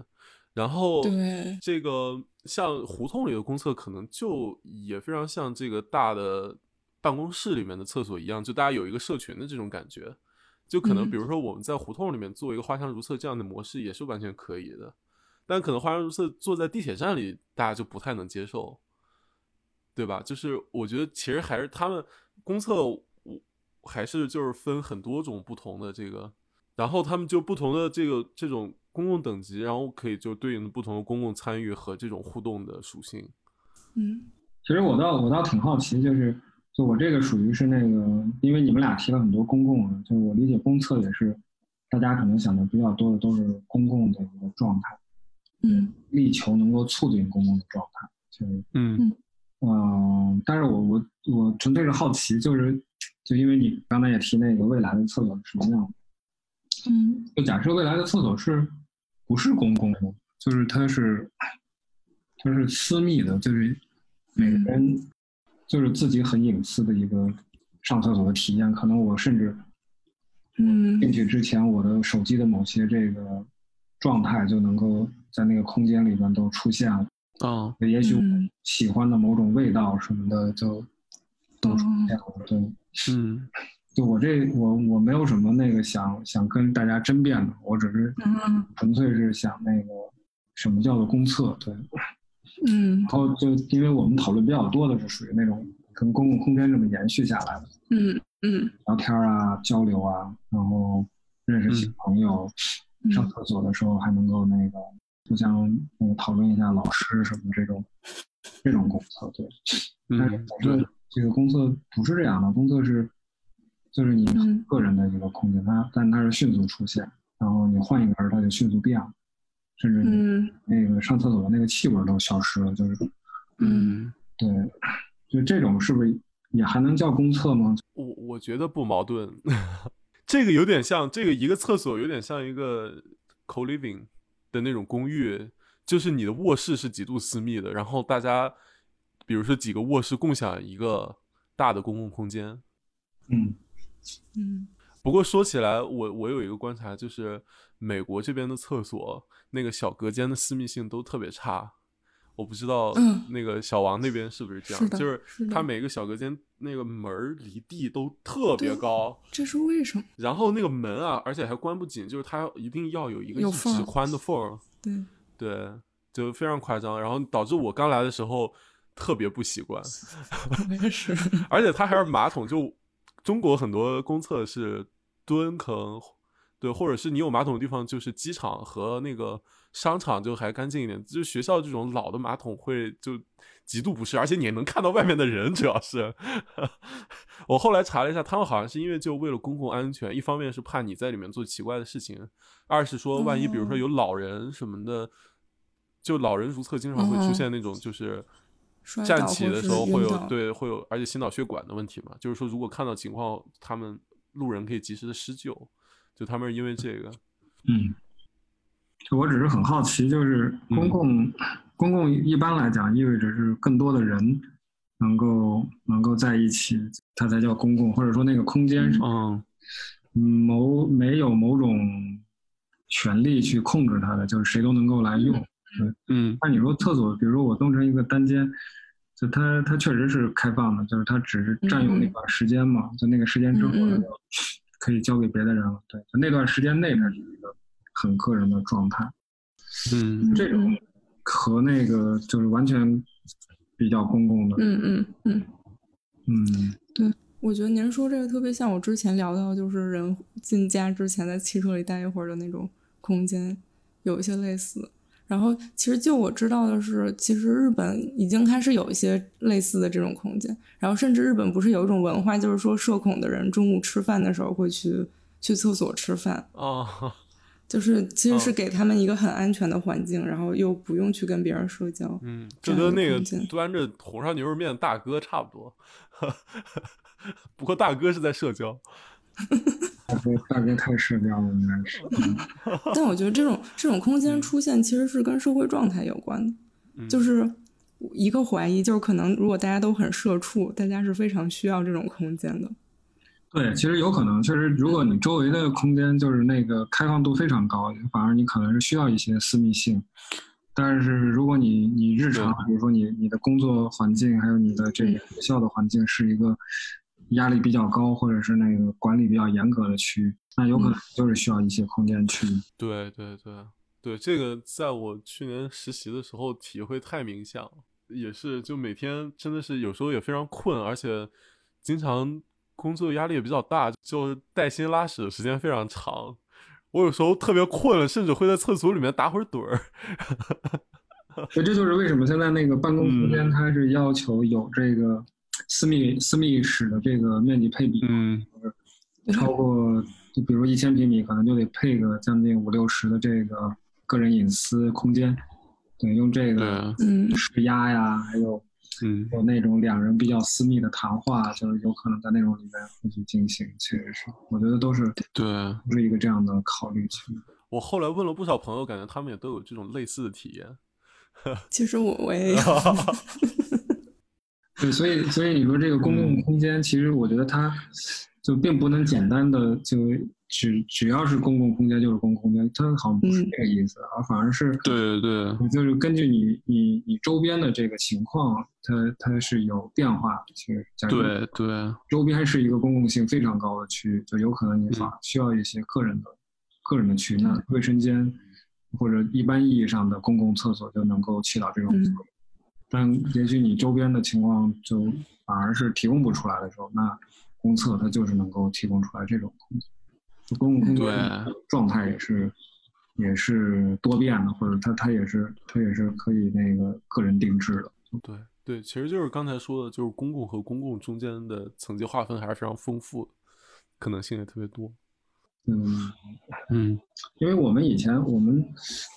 [SPEAKER 1] 然后
[SPEAKER 3] 对
[SPEAKER 1] 这个像胡同里的公厕可能就也非常像这个大的办公室里面的厕所一样，就大家有一个社群的这种感觉。就可能
[SPEAKER 3] 嗯
[SPEAKER 1] 比如说我们在胡同里面做一个花香如厕这样的模式也是完全可以的，但可能花香如厕坐在地铁站里，大家就不太能接受，对吧？就是我觉得其实还是他们公厕，我还是就是分很多种不同的这个，然后他们就不同的这个这种公共等级，然后可以就对应不同的公共参与和这种互动的属性。
[SPEAKER 3] 嗯
[SPEAKER 2] 其实我倒我倒挺好奇，就是就我这个属于是那个，因为你们俩提了很多公共啊，就是我理解公厕也是大家可能想的比较多的都是公共的一个状态，
[SPEAKER 3] 嗯
[SPEAKER 2] 力求能够促进公共的状态。就是
[SPEAKER 1] 嗯
[SPEAKER 2] 嗯、呃但是我我我纯粹是好奇，就是就因为你刚才也提那个未来的厕所是什么样的，
[SPEAKER 3] 嗯
[SPEAKER 2] 就假设未来的厕所是不是公共的，就是它是它是私密的，就是每个人就是自己很隐私的一个上厕所的体验。可能我甚至进
[SPEAKER 3] 嗯
[SPEAKER 2] 去之前，我的手机的某些这个状态就能够在那个空间里边都出现了。
[SPEAKER 1] 啊，
[SPEAKER 2] 也许我
[SPEAKER 3] 嗯
[SPEAKER 2] 喜欢的某种味道什么的就
[SPEAKER 3] 嗯
[SPEAKER 2] 都出现了。对，
[SPEAKER 1] 嗯
[SPEAKER 2] 就我这我我没有什么那个想想跟大家争辩的，我只是
[SPEAKER 3] 嗯
[SPEAKER 2] 纯粹是想那个什么叫做公厕，对。
[SPEAKER 3] 嗯
[SPEAKER 2] 然后就因为我们讨论比较多的是属于那种跟公共空间这么延续下来的
[SPEAKER 3] 嗯嗯
[SPEAKER 2] 聊天啊、交流啊，然后认识新朋友，
[SPEAKER 3] 嗯
[SPEAKER 2] 上厕所的时候还能够那个互相那个讨论一下老师什么这种这种公厕，对。但是
[SPEAKER 1] 嗯，
[SPEAKER 2] 总
[SPEAKER 1] 对
[SPEAKER 2] 之，这个公厕不是这样的，公厕是就是你
[SPEAKER 3] 嗯
[SPEAKER 2] 个人的一个空间，它但它是迅速出现，然后你换一个人，它就迅速变了，甚至你
[SPEAKER 3] 嗯
[SPEAKER 2] 那个上厕所的那个气味都消失了，就是
[SPEAKER 3] 嗯
[SPEAKER 2] 对，就这种是不是也还能叫公厕吗？
[SPEAKER 1] 我我觉得不矛盾， 这个有点像这个一个厕所有点像一个 co living 的那种公寓，就是你的卧室是极度私密的，然后大家比如说几个卧室共享一个大的公共空间。
[SPEAKER 2] 嗯
[SPEAKER 3] 嗯
[SPEAKER 1] 不过说起来，我我有一个观察，就是美国这边的厕所那个小隔间的私密性都特别差。我不知道
[SPEAKER 3] 嗯
[SPEAKER 1] 那个小王那边是不是这样，
[SPEAKER 3] 是的
[SPEAKER 1] 就是
[SPEAKER 3] 是的
[SPEAKER 1] 他每个小隔间那个门儿离地都特别
[SPEAKER 3] 对
[SPEAKER 1] 高，
[SPEAKER 3] 这是为什么？
[SPEAKER 1] 然后那个门啊，而且还关不紧，就是它一定要有一个
[SPEAKER 3] 有
[SPEAKER 1] 一
[SPEAKER 3] 缝
[SPEAKER 1] 指
[SPEAKER 3] 儿
[SPEAKER 1] 宽的缝儿，
[SPEAKER 3] 对，
[SPEAKER 1] 对，就非常夸张。然后导致我刚来的时候特别不习惯，
[SPEAKER 3] 我也是。
[SPEAKER 1] 而且它还是马桶，就中国很多公厕是蹲坑，对，或者是你有马桶的地方，就是机场和那个商场就还干净一点，就学校这种老的马桶会就极度不适，而且你也能看到外面的人，主要是。 我后来查了一下，他们好像是因为就为了公共安全，一方面是怕你在里面做奇怪的事情，二是说万一比如说有老人什么的，就老人如厕经常会出现那种就是
[SPEAKER 3] 摔
[SPEAKER 1] 站
[SPEAKER 3] 倒
[SPEAKER 1] 起
[SPEAKER 3] 或
[SPEAKER 1] 的时
[SPEAKER 3] 是
[SPEAKER 1] 候会
[SPEAKER 3] 晕
[SPEAKER 1] 有
[SPEAKER 3] 倒
[SPEAKER 1] 对会有，而且心脑血管的问题嘛，就是说如果看到情况，他们路人可以及时的施救，就他们是因为这个，
[SPEAKER 2] 嗯，就我只是很好奇，就是公共、公共一般来讲意味着是更多的人能够能够在一起，它才叫公共，或者说那个空间是
[SPEAKER 1] 嗯
[SPEAKER 2] 某没有某种权利去控制它的，就是谁都能够来用。
[SPEAKER 1] 嗯
[SPEAKER 2] 那你说厕所，比如说我弄成一个单间，就它它确实是开放的，就是它只是占用那
[SPEAKER 3] 嗯
[SPEAKER 2] 段时间嘛，就那个时间之后
[SPEAKER 3] 嗯
[SPEAKER 2] 它
[SPEAKER 3] 嗯
[SPEAKER 2] 就可以交给别的人了。对，就那段时间内它是一个很个人的状态，
[SPEAKER 1] 嗯
[SPEAKER 2] 这种和那个就是完全比较公共的，
[SPEAKER 3] 嗯嗯嗯，
[SPEAKER 2] 嗯
[SPEAKER 3] 我觉得您说这个特别像我之前聊到，就是人进家之前在汽车里待一会儿的那种空间，有一些类似。然后其实就我知道的是，其实日本已经开始有一些类似的这种空间。然后甚至日本不是有一种文化，就是说社恐的人中午吃饭的时候会去去厕所吃饭，
[SPEAKER 1] 哦，
[SPEAKER 3] 就是其实是
[SPEAKER 1] 哦
[SPEAKER 3] 给他们一个很安全的环境，然后又不用去跟别人社交。
[SPEAKER 1] 嗯，这
[SPEAKER 3] 这
[SPEAKER 1] 跟
[SPEAKER 3] 样的
[SPEAKER 1] 那个
[SPEAKER 3] 空间
[SPEAKER 1] 端着红烧牛肉面的大哥差不多， 不过大哥是在社交，
[SPEAKER 2] 大哥大哥太社交了，应该是。嗯
[SPEAKER 3] 但我觉得这种这种空间出现其实是跟社会状态有关的，
[SPEAKER 1] 嗯
[SPEAKER 3] 就是一个怀疑，就是可能如果大家都很社畜，大家是非常需要这种空间的。
[SPEAKER 2] 对，其实有可能，就是如果你周围的空间就是那个开放度非常高，反而你可能是需要一些私密性。但是如果你你日常，比如说你你的工作环境，还有你的这个学校的环境是一个压力比较高，或者是那个管理比较严格的区域，那有可能就是需要一些空间去。
[SPEAKER 1] 对对对对，这个在我去年实习的时候体会太明显了，也是就每天真的是有时候也非常困，而且经常工作压力也比较大，就带薪拉屎的时间非常长。我有时候特别困了，甚至会在厕所里面打会儿盹儿。
[SPEAKER 2] 所以这就是为什么现在那个办公空间它是要求有这个私密私密室的这个面积配比。
[SPEAKER 1] 嗯
[SPEAKER 2] 超过就比如一千平米，可能就得配个将近五六十的这个个人隐私空间，对，用这
[SPEAKER 1] 啊
[SPEAKER 2] 个
[SPEAKER 3] 嗯
[SPEAKER 2] 施压呀，还有
[SPEAKER 1] 嗯，
[SPEAKER 2] 有那种两人比较私密的谈话，就是有可能在那种里面会去进行，确实是，我觉得都是
[SPEAKER 1] 对。
[SPEAKER 2] 都是一个这样的考虑去。
[SPEAKER 1] 我后来问了不少朋友，感觉他们也都有这种类似的体验。
[SPEAKER 3] 其实我 我也有，
[SPEAKER 2] 对，所以所以你说这个公共空间，其实我觉得它就并不能简单的就只只要是公共空间就是公共空间，它好像不是这个意思，而反而是
[SPEAKER 1] 对对
[SPEAKER 2] 就是根据你你你周边的这个情况，它它是有变化的。其实，假如
[SPEAKER 1] 对，
[SPEAKER 2] 周边是一个公共性非常高的区域，就有可能你
[SPEAKER 1] 嗯
[SPEAKER 2] 反而需要一些个人的、个人的区域，那卫生间或者一般意义上的公共厕所就能够起到这
[SPEAKER 1] 嗯
[SPEAKER 2] 种作用。但也许你周边的情况就反而是提供不出来的时候，那公厕它就是能够提供出来这种空间。就公共空间
[SPEAKER 1] 对
[SPEAKER 2] 状态也是也是多变的，或者它它也是它也是可以那个个人定制的。
[SPEAKER 1] 对对，其实就是刚才说的，就是公共和公共中间的层级划分还是非常丰富的，可能性也特别多。
[SPEAKER 2] 嗯，
[SPEAKER 1] 嗯
[SPEAKER 2] 因为我们以前我们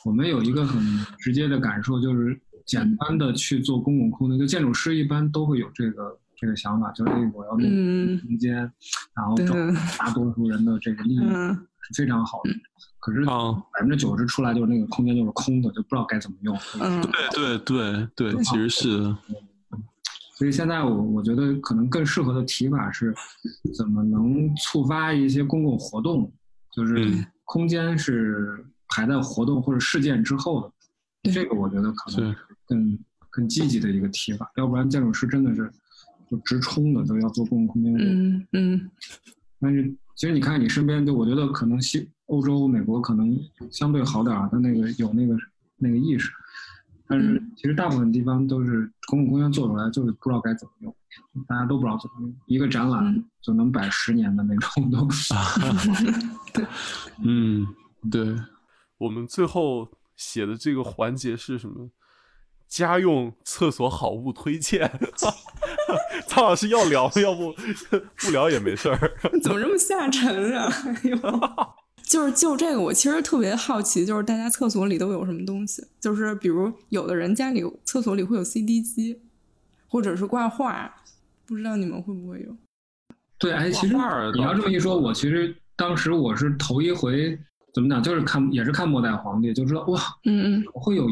[SPEAKER 2] 我们有一个很直接的感受，就是简单的去做公共空间，就建筑师一般都会有这个这个想法，就是哎我要弄
[SPEAKER 3] 嗯
[SPEAKER 2] 空间，然后
[SPEAKER 3] 对
[SPEAKER 2] 照顾大多数人的这个利益
[SPEAKER 3] 嗯，
[SPEAKER 2] 是非常好的。可是
[SPEAKER 1] 啊
[SPEAKER 2] 百分之九十出来就是那个空间就是空的，就不知道该怎么用。
[SPEAKER 3] 嗯
[SPEAKER 1] 对对对对，其实是的，
[SPEAKER 2] 所以现在我我觉得可能更适合的提法是，怎么能触发一些公共活动，就是
[SPEAKER 1] 嗯
[SPEAKER 2] 空间是排在活动或者事件之后的，
[SPEAKER 3] 对
[SPEAKER 2] 这个我觉得可能
[SPEAKER 1] 是
[SPEAKER 2] 更更积极的一个提法，要不然建筑师真的是就直冲的就要做公共空间。
[SPEAKER 3] 嗯 嗯
[SPEAKER 2] 但是其实你看你身边，就我觉得可能西欧洲、美国可能相对好点儿，它那个有那个那个意识。但是其实大部分地方都是公共空间做出来就是不知道该怎么用，大家都不知道怎么用，一个展览
[SPEAKER 3] 嗯
[SPEAKER 2] 就能摆十年的那种都。
[SPEAKER 4] 啊嗯，对，
[SPEAKER 1] 我们最后写的这个环节是什么？家用厕所好物推荐。 苍老师要聊吗？要不 不聊也没事儿。
[SPEAKER 3] 怎么这么下沉啊？ 哎 呦，就是就这个，我其实特别好奇，就是大家厕所里都有什么东西？就是比如有的人家里厕所里会有 CD 机，或者是挂画，不知道你们会不会有？
[SPEAKER 2] 对，哎，其实
[SPEAKER 4] 画儿
[SPEAKER 2] 你
[SPEAKER 4] 倒
[SPEAKER 2] 要这么一说，我其实当时我是头一回怎么讲，就是看也是看《末代皇帝》，就知道哇，
[SPEAKER 3] 嗯
[SPEAKER 2] 会有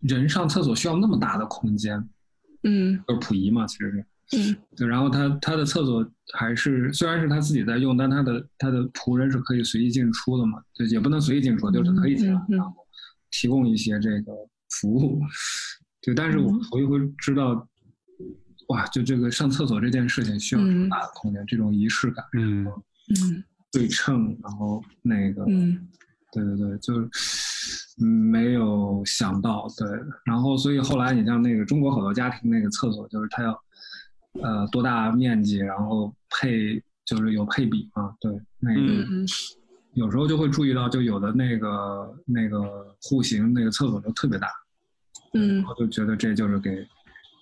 [SPEAKER 2] 人上厕所需要那么大的空间，
[SPEAKER 3] 嗯
[SPEAKER 2] 就是溥仪嘛，其实是。
[SPEAKER 3] 嗯
[SPEAKER 2] 对，然后他他的厕所还是虽然是他自己在用，但他的他的仆人是可以随意进出的嘛，就也不能随意进出，就是可以进来，
[SPEAKER 3] 嗯嗯嗯
[SPEAKER 2] 然后提供一些这个服务。对，但是我
[SPEAKER 3] 嗯
[SPEAKER 2] 头一回知道，哇，就这个上厕所这件事情需要这么
[SPEAKER 3] 嗯
[SPEAKER 2] 大的空间，这种仪式感、
[SPEAKER 4] 嗯
[SPEAKER 3] 嗯
[SPEAKER 2] 对称，然后那个，
[SPEAKER 3] 嗯
[SPEAKER 2] 对对对，就是嗯没有想到，对。然后，所以后来你像那个中国好多家庭那个厕所，就是它要呃多大面积，然后配就是有配比嘛，对，那个、
[SPEAKER 4] 嗯
[SPEAKER 3] 嗯
[SPEAKER 2] 有时候就会注意到，就有的那个那个户型那个厕所就特别大，
[SPEAKER 3] 嗯
[SPEAKER 2] 然后就觉得这就是给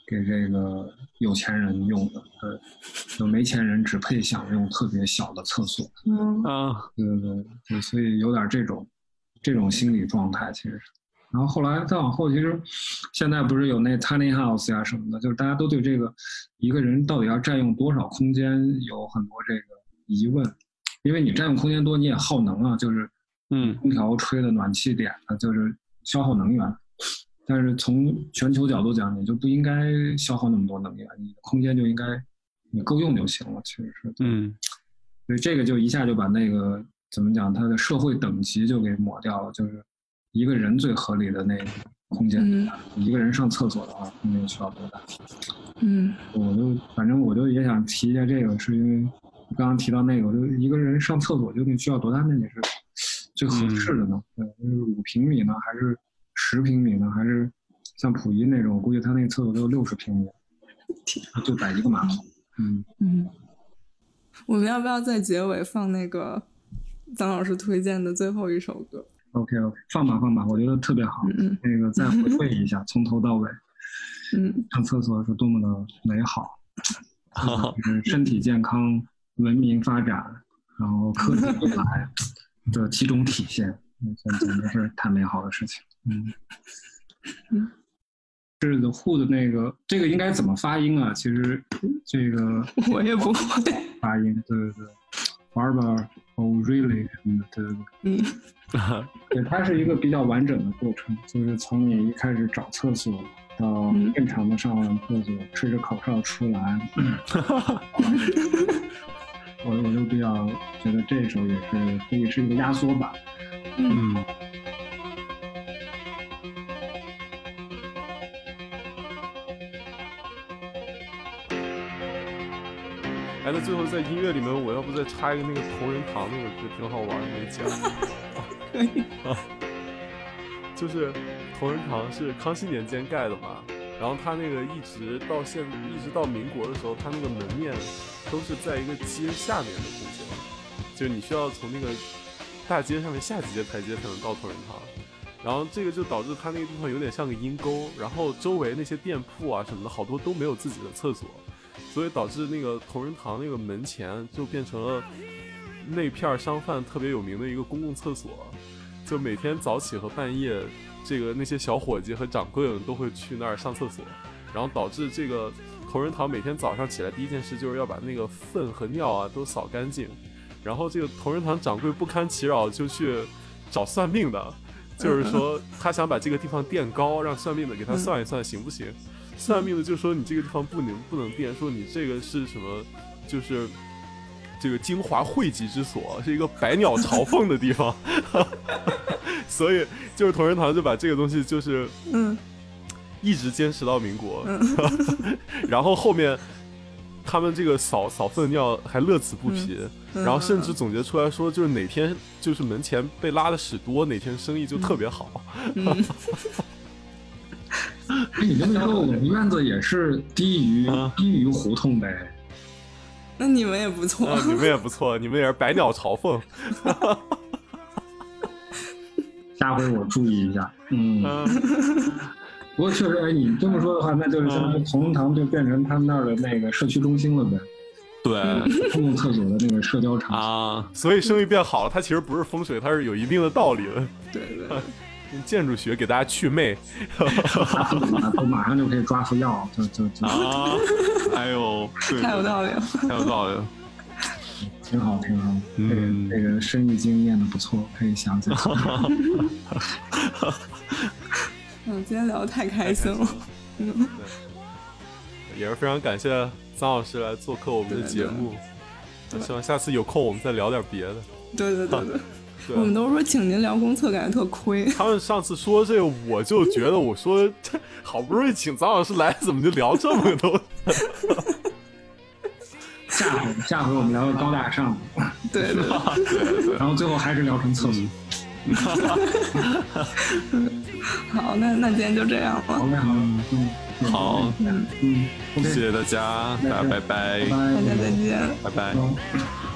[SPEAKER 2] 给这个有钱人用的，对，就没钱人只配享用特别小的厕所，
[SPEAKER 3] 嗯
[SPEAKER 4] 啊，
[SPEAKER 2] 对对对，对，所以有点这种这种心理状态，其实是。然后后来再往后，其实现在不是有那 tiny house 呀、什么的，就是大家都对这个一个人到底要占用多少空间有很多这个疑问，因为你占用空间多，你也耗能啊，就是
[SPEAKER 4] 嗯
[SPEAKER 2] 空调吹的暖气点的，就是消耗能源。但是从全球角度讲，你就不应该消耗那么多能源，你的空间就应该你够用就行了，其实是。
[SPEAKER 4] 嗯
[SPEAKER 2] 所以这个就一下就把那个怎么讲，他的社会等级就给抹掉了，就是一个人最合理的那个空间，
[SPEAKER 3] 嗯
[SPEAKER 2] 一个人上厕所的话，空间需要多大？
[SPEAKER 3] 嗯
[SPEAKER 2] 我就反正我就也想提一下这个，是因为刚刚提到那个，我就一个人上厕所究竟需要多大面积是最合适的呢？对，就是五平米呢，还是十平米呢，还是像溥仪那种，我估计他那厕所都有六十平米，就摆一个马桶。嗯，
[SPEAKER 3] 嗯，我们要不要在结尾放那个张老师推荐的最后一首歌？
[SPEAKER 2] OK OK，放吧放吧，我觉得特别好。
[SPEAKER 3] 嗯
[SPEAKER 2] 那个再回味一下，从头到尾
[SPEAKER 3] 嗯
[SPEAKER 2] 上厕所是多么的美好，
[SPEAKER 1] 哦
[SPEAKER 2] 就是身体健康、文明发展，然后科技未来的集中体现，嗯这简直是太美好的事情。嗯
[SPEAKER 3] 嗯，
[SPEAKER 2] 是 The Who 的那个，这个应该怎么发音啊？其实这个
[SPEAKER 3] 嗯， 我也不会。
[SPEAKER 2] 发音，对对对，Barbara O'Reilly 什么的，对对对。
[SPEAKER 3] 嗯
[SPEAKER 2] 对，它是一个比较完整的过程，就是从你一开始找厕所，到
[SPEAKER 3] 嗯
[SPEAKER 2] 正常的上完厕所，吹着口哨出来。我我就比较觉得这首也是可以是一个压缩版。
[SPEAKER 3] 嗯
[SPEAKER 4] 嗯
[SPEAKER 1] 哎，那最后在音乐里面，我要不再插一个那个同仁堂那个歌，挺好玩的，没讲。
[SPEAKER 3] 可以。
[SPEAKER 1] 就是同仁堂是康熙年间盖的嘛，然后它那个一直到现一直到民国的时候，它那个门面都是在一个街下面的空间，就是你需要从那个大街上面下几节台阶才能到同仁堂。然后这个就导致它那个地方有点像个阴沟，然后周围那些店铺啊什么的，好多都没有自己的厕所，所以导致那个同仁堂那个门前就变成了那片儿商贩特别有名的一个公共厕所。就每天早起和半夜，这个那些小伙计和掌柜们都会去那儿上厕所，然后导致这个同仁堂每天早上起来第一件事就是要把那个粪和尿啊都扫干净，然后这个同仁堂掌柜不堪其扰就去找算命的，就是说他想把这个地方垫高，让算命的给他算一算行不行？算命的就说你这个地方不能不能垫，说你这个是什么，就是。这个精华汇集之所是一个百鸟朝凤的地方，所以就是同仁堂就把这个东西就是
[SPEAKER 3] 嗯
[SPEAKER 1] 一直坚持到民国，
[SPEAKER 3] 嗯
[SPEAKER 1] 然后后面他们这个扫扫粪尿还乐此不疲，
[SPEAKER 3] 嗯
[SPEAKER 1] 然后甚至总结出来说，就是哪天就是门前被拉的屎多，哪天生意就特别好。
[SPEAKER 3] 嗯，
[SPEAKER 2] 哎你这么一说，我们院子也是低于
[SPEAKER 4] 啊
[SPEAKER 2] 低于胡同呗。
[SPEAKER 3] 那你们也不错。
[SPEAKER 1] 啊，你们也不错，你们也是百鸟朝凤。
[SPEAKER 2] 下回我注意一下。嗯，
[SPEAKER 1] 嗯，
[SPEAKER 2] 不过确实，哎，你这么说的话，那就是相当于同仁堂就变成他们那儿的那个社区中心了呗，
[SPEAKER 4] 对
[SPEAKER 2] 公共厕所的那个社交场所。
[SPEAKER 4] 啊，
[SPEAKER 1] 所以生意变好了，它其实不是风水，它是有一定的道理的。
[SPEAKER 3] 对对对，
[SPEAKER 1] 用建筑学给大家祛魅，
[SPEAKER 2] 抓住你啊了，都马上就可以抓出药，就就就
[SPEAKER 4] 啊，哎呦，对
[SPEAKER 3] 太有道理了。
[SPEAKER 4] 理，太有道理了。
[SPEAKER 2] 挺好，挺好。这个
[SPEAKER 1] 嗯
[SPEAKER 2] 这个生意经验的不错，可以 想想。
[SPEAKER 3] 嗯，今天聊的太开心了。嗯，
[SPEAKER 1] 也是非常感谢张老师来做客我们的节目。
[SPEAKER 3] 对
[SPEAKER 1] 希望下次有空我们再聊点别的。
[SPEAKER 3] 对对对对，
[SPEAKER 1] 对
[SPEAKER 3] 我们都说请您聊公厕，感觉特亏。
[SPEAKER 1] 他们上次说这个，我就觉得我说 这好不容易请张老师来，怎么就聊这么个东西？
[SPEAKER 2] 下回下回我们聊聊高大上，
[SPEAKER 3] 对对，对
[SPEAKER 2] 然后最后还是聊成厕所。
[SPEAKER 3] 好，那那今天就这样
[SPEAKER 2] 好
[SPEAKER 3] 了，
[SPEAKER 2] 嘞，好嘞，嗯，
[SPEAKER 4] 好，
[SPEAKER 2] 嗯
[SPEAKER 4] 谢
[SPEAKER 2] ，OK，
[SPEAKER 4] 谢大家，大家拜拜
[SPEAKER 2] 拜，
[SPEAKER 3] 大家再
[SPEAKER 2] 拜
[SPEAKER 3] 见。
[SPEAKER 4] 拜拜。
[SPEAKER 2] 拜。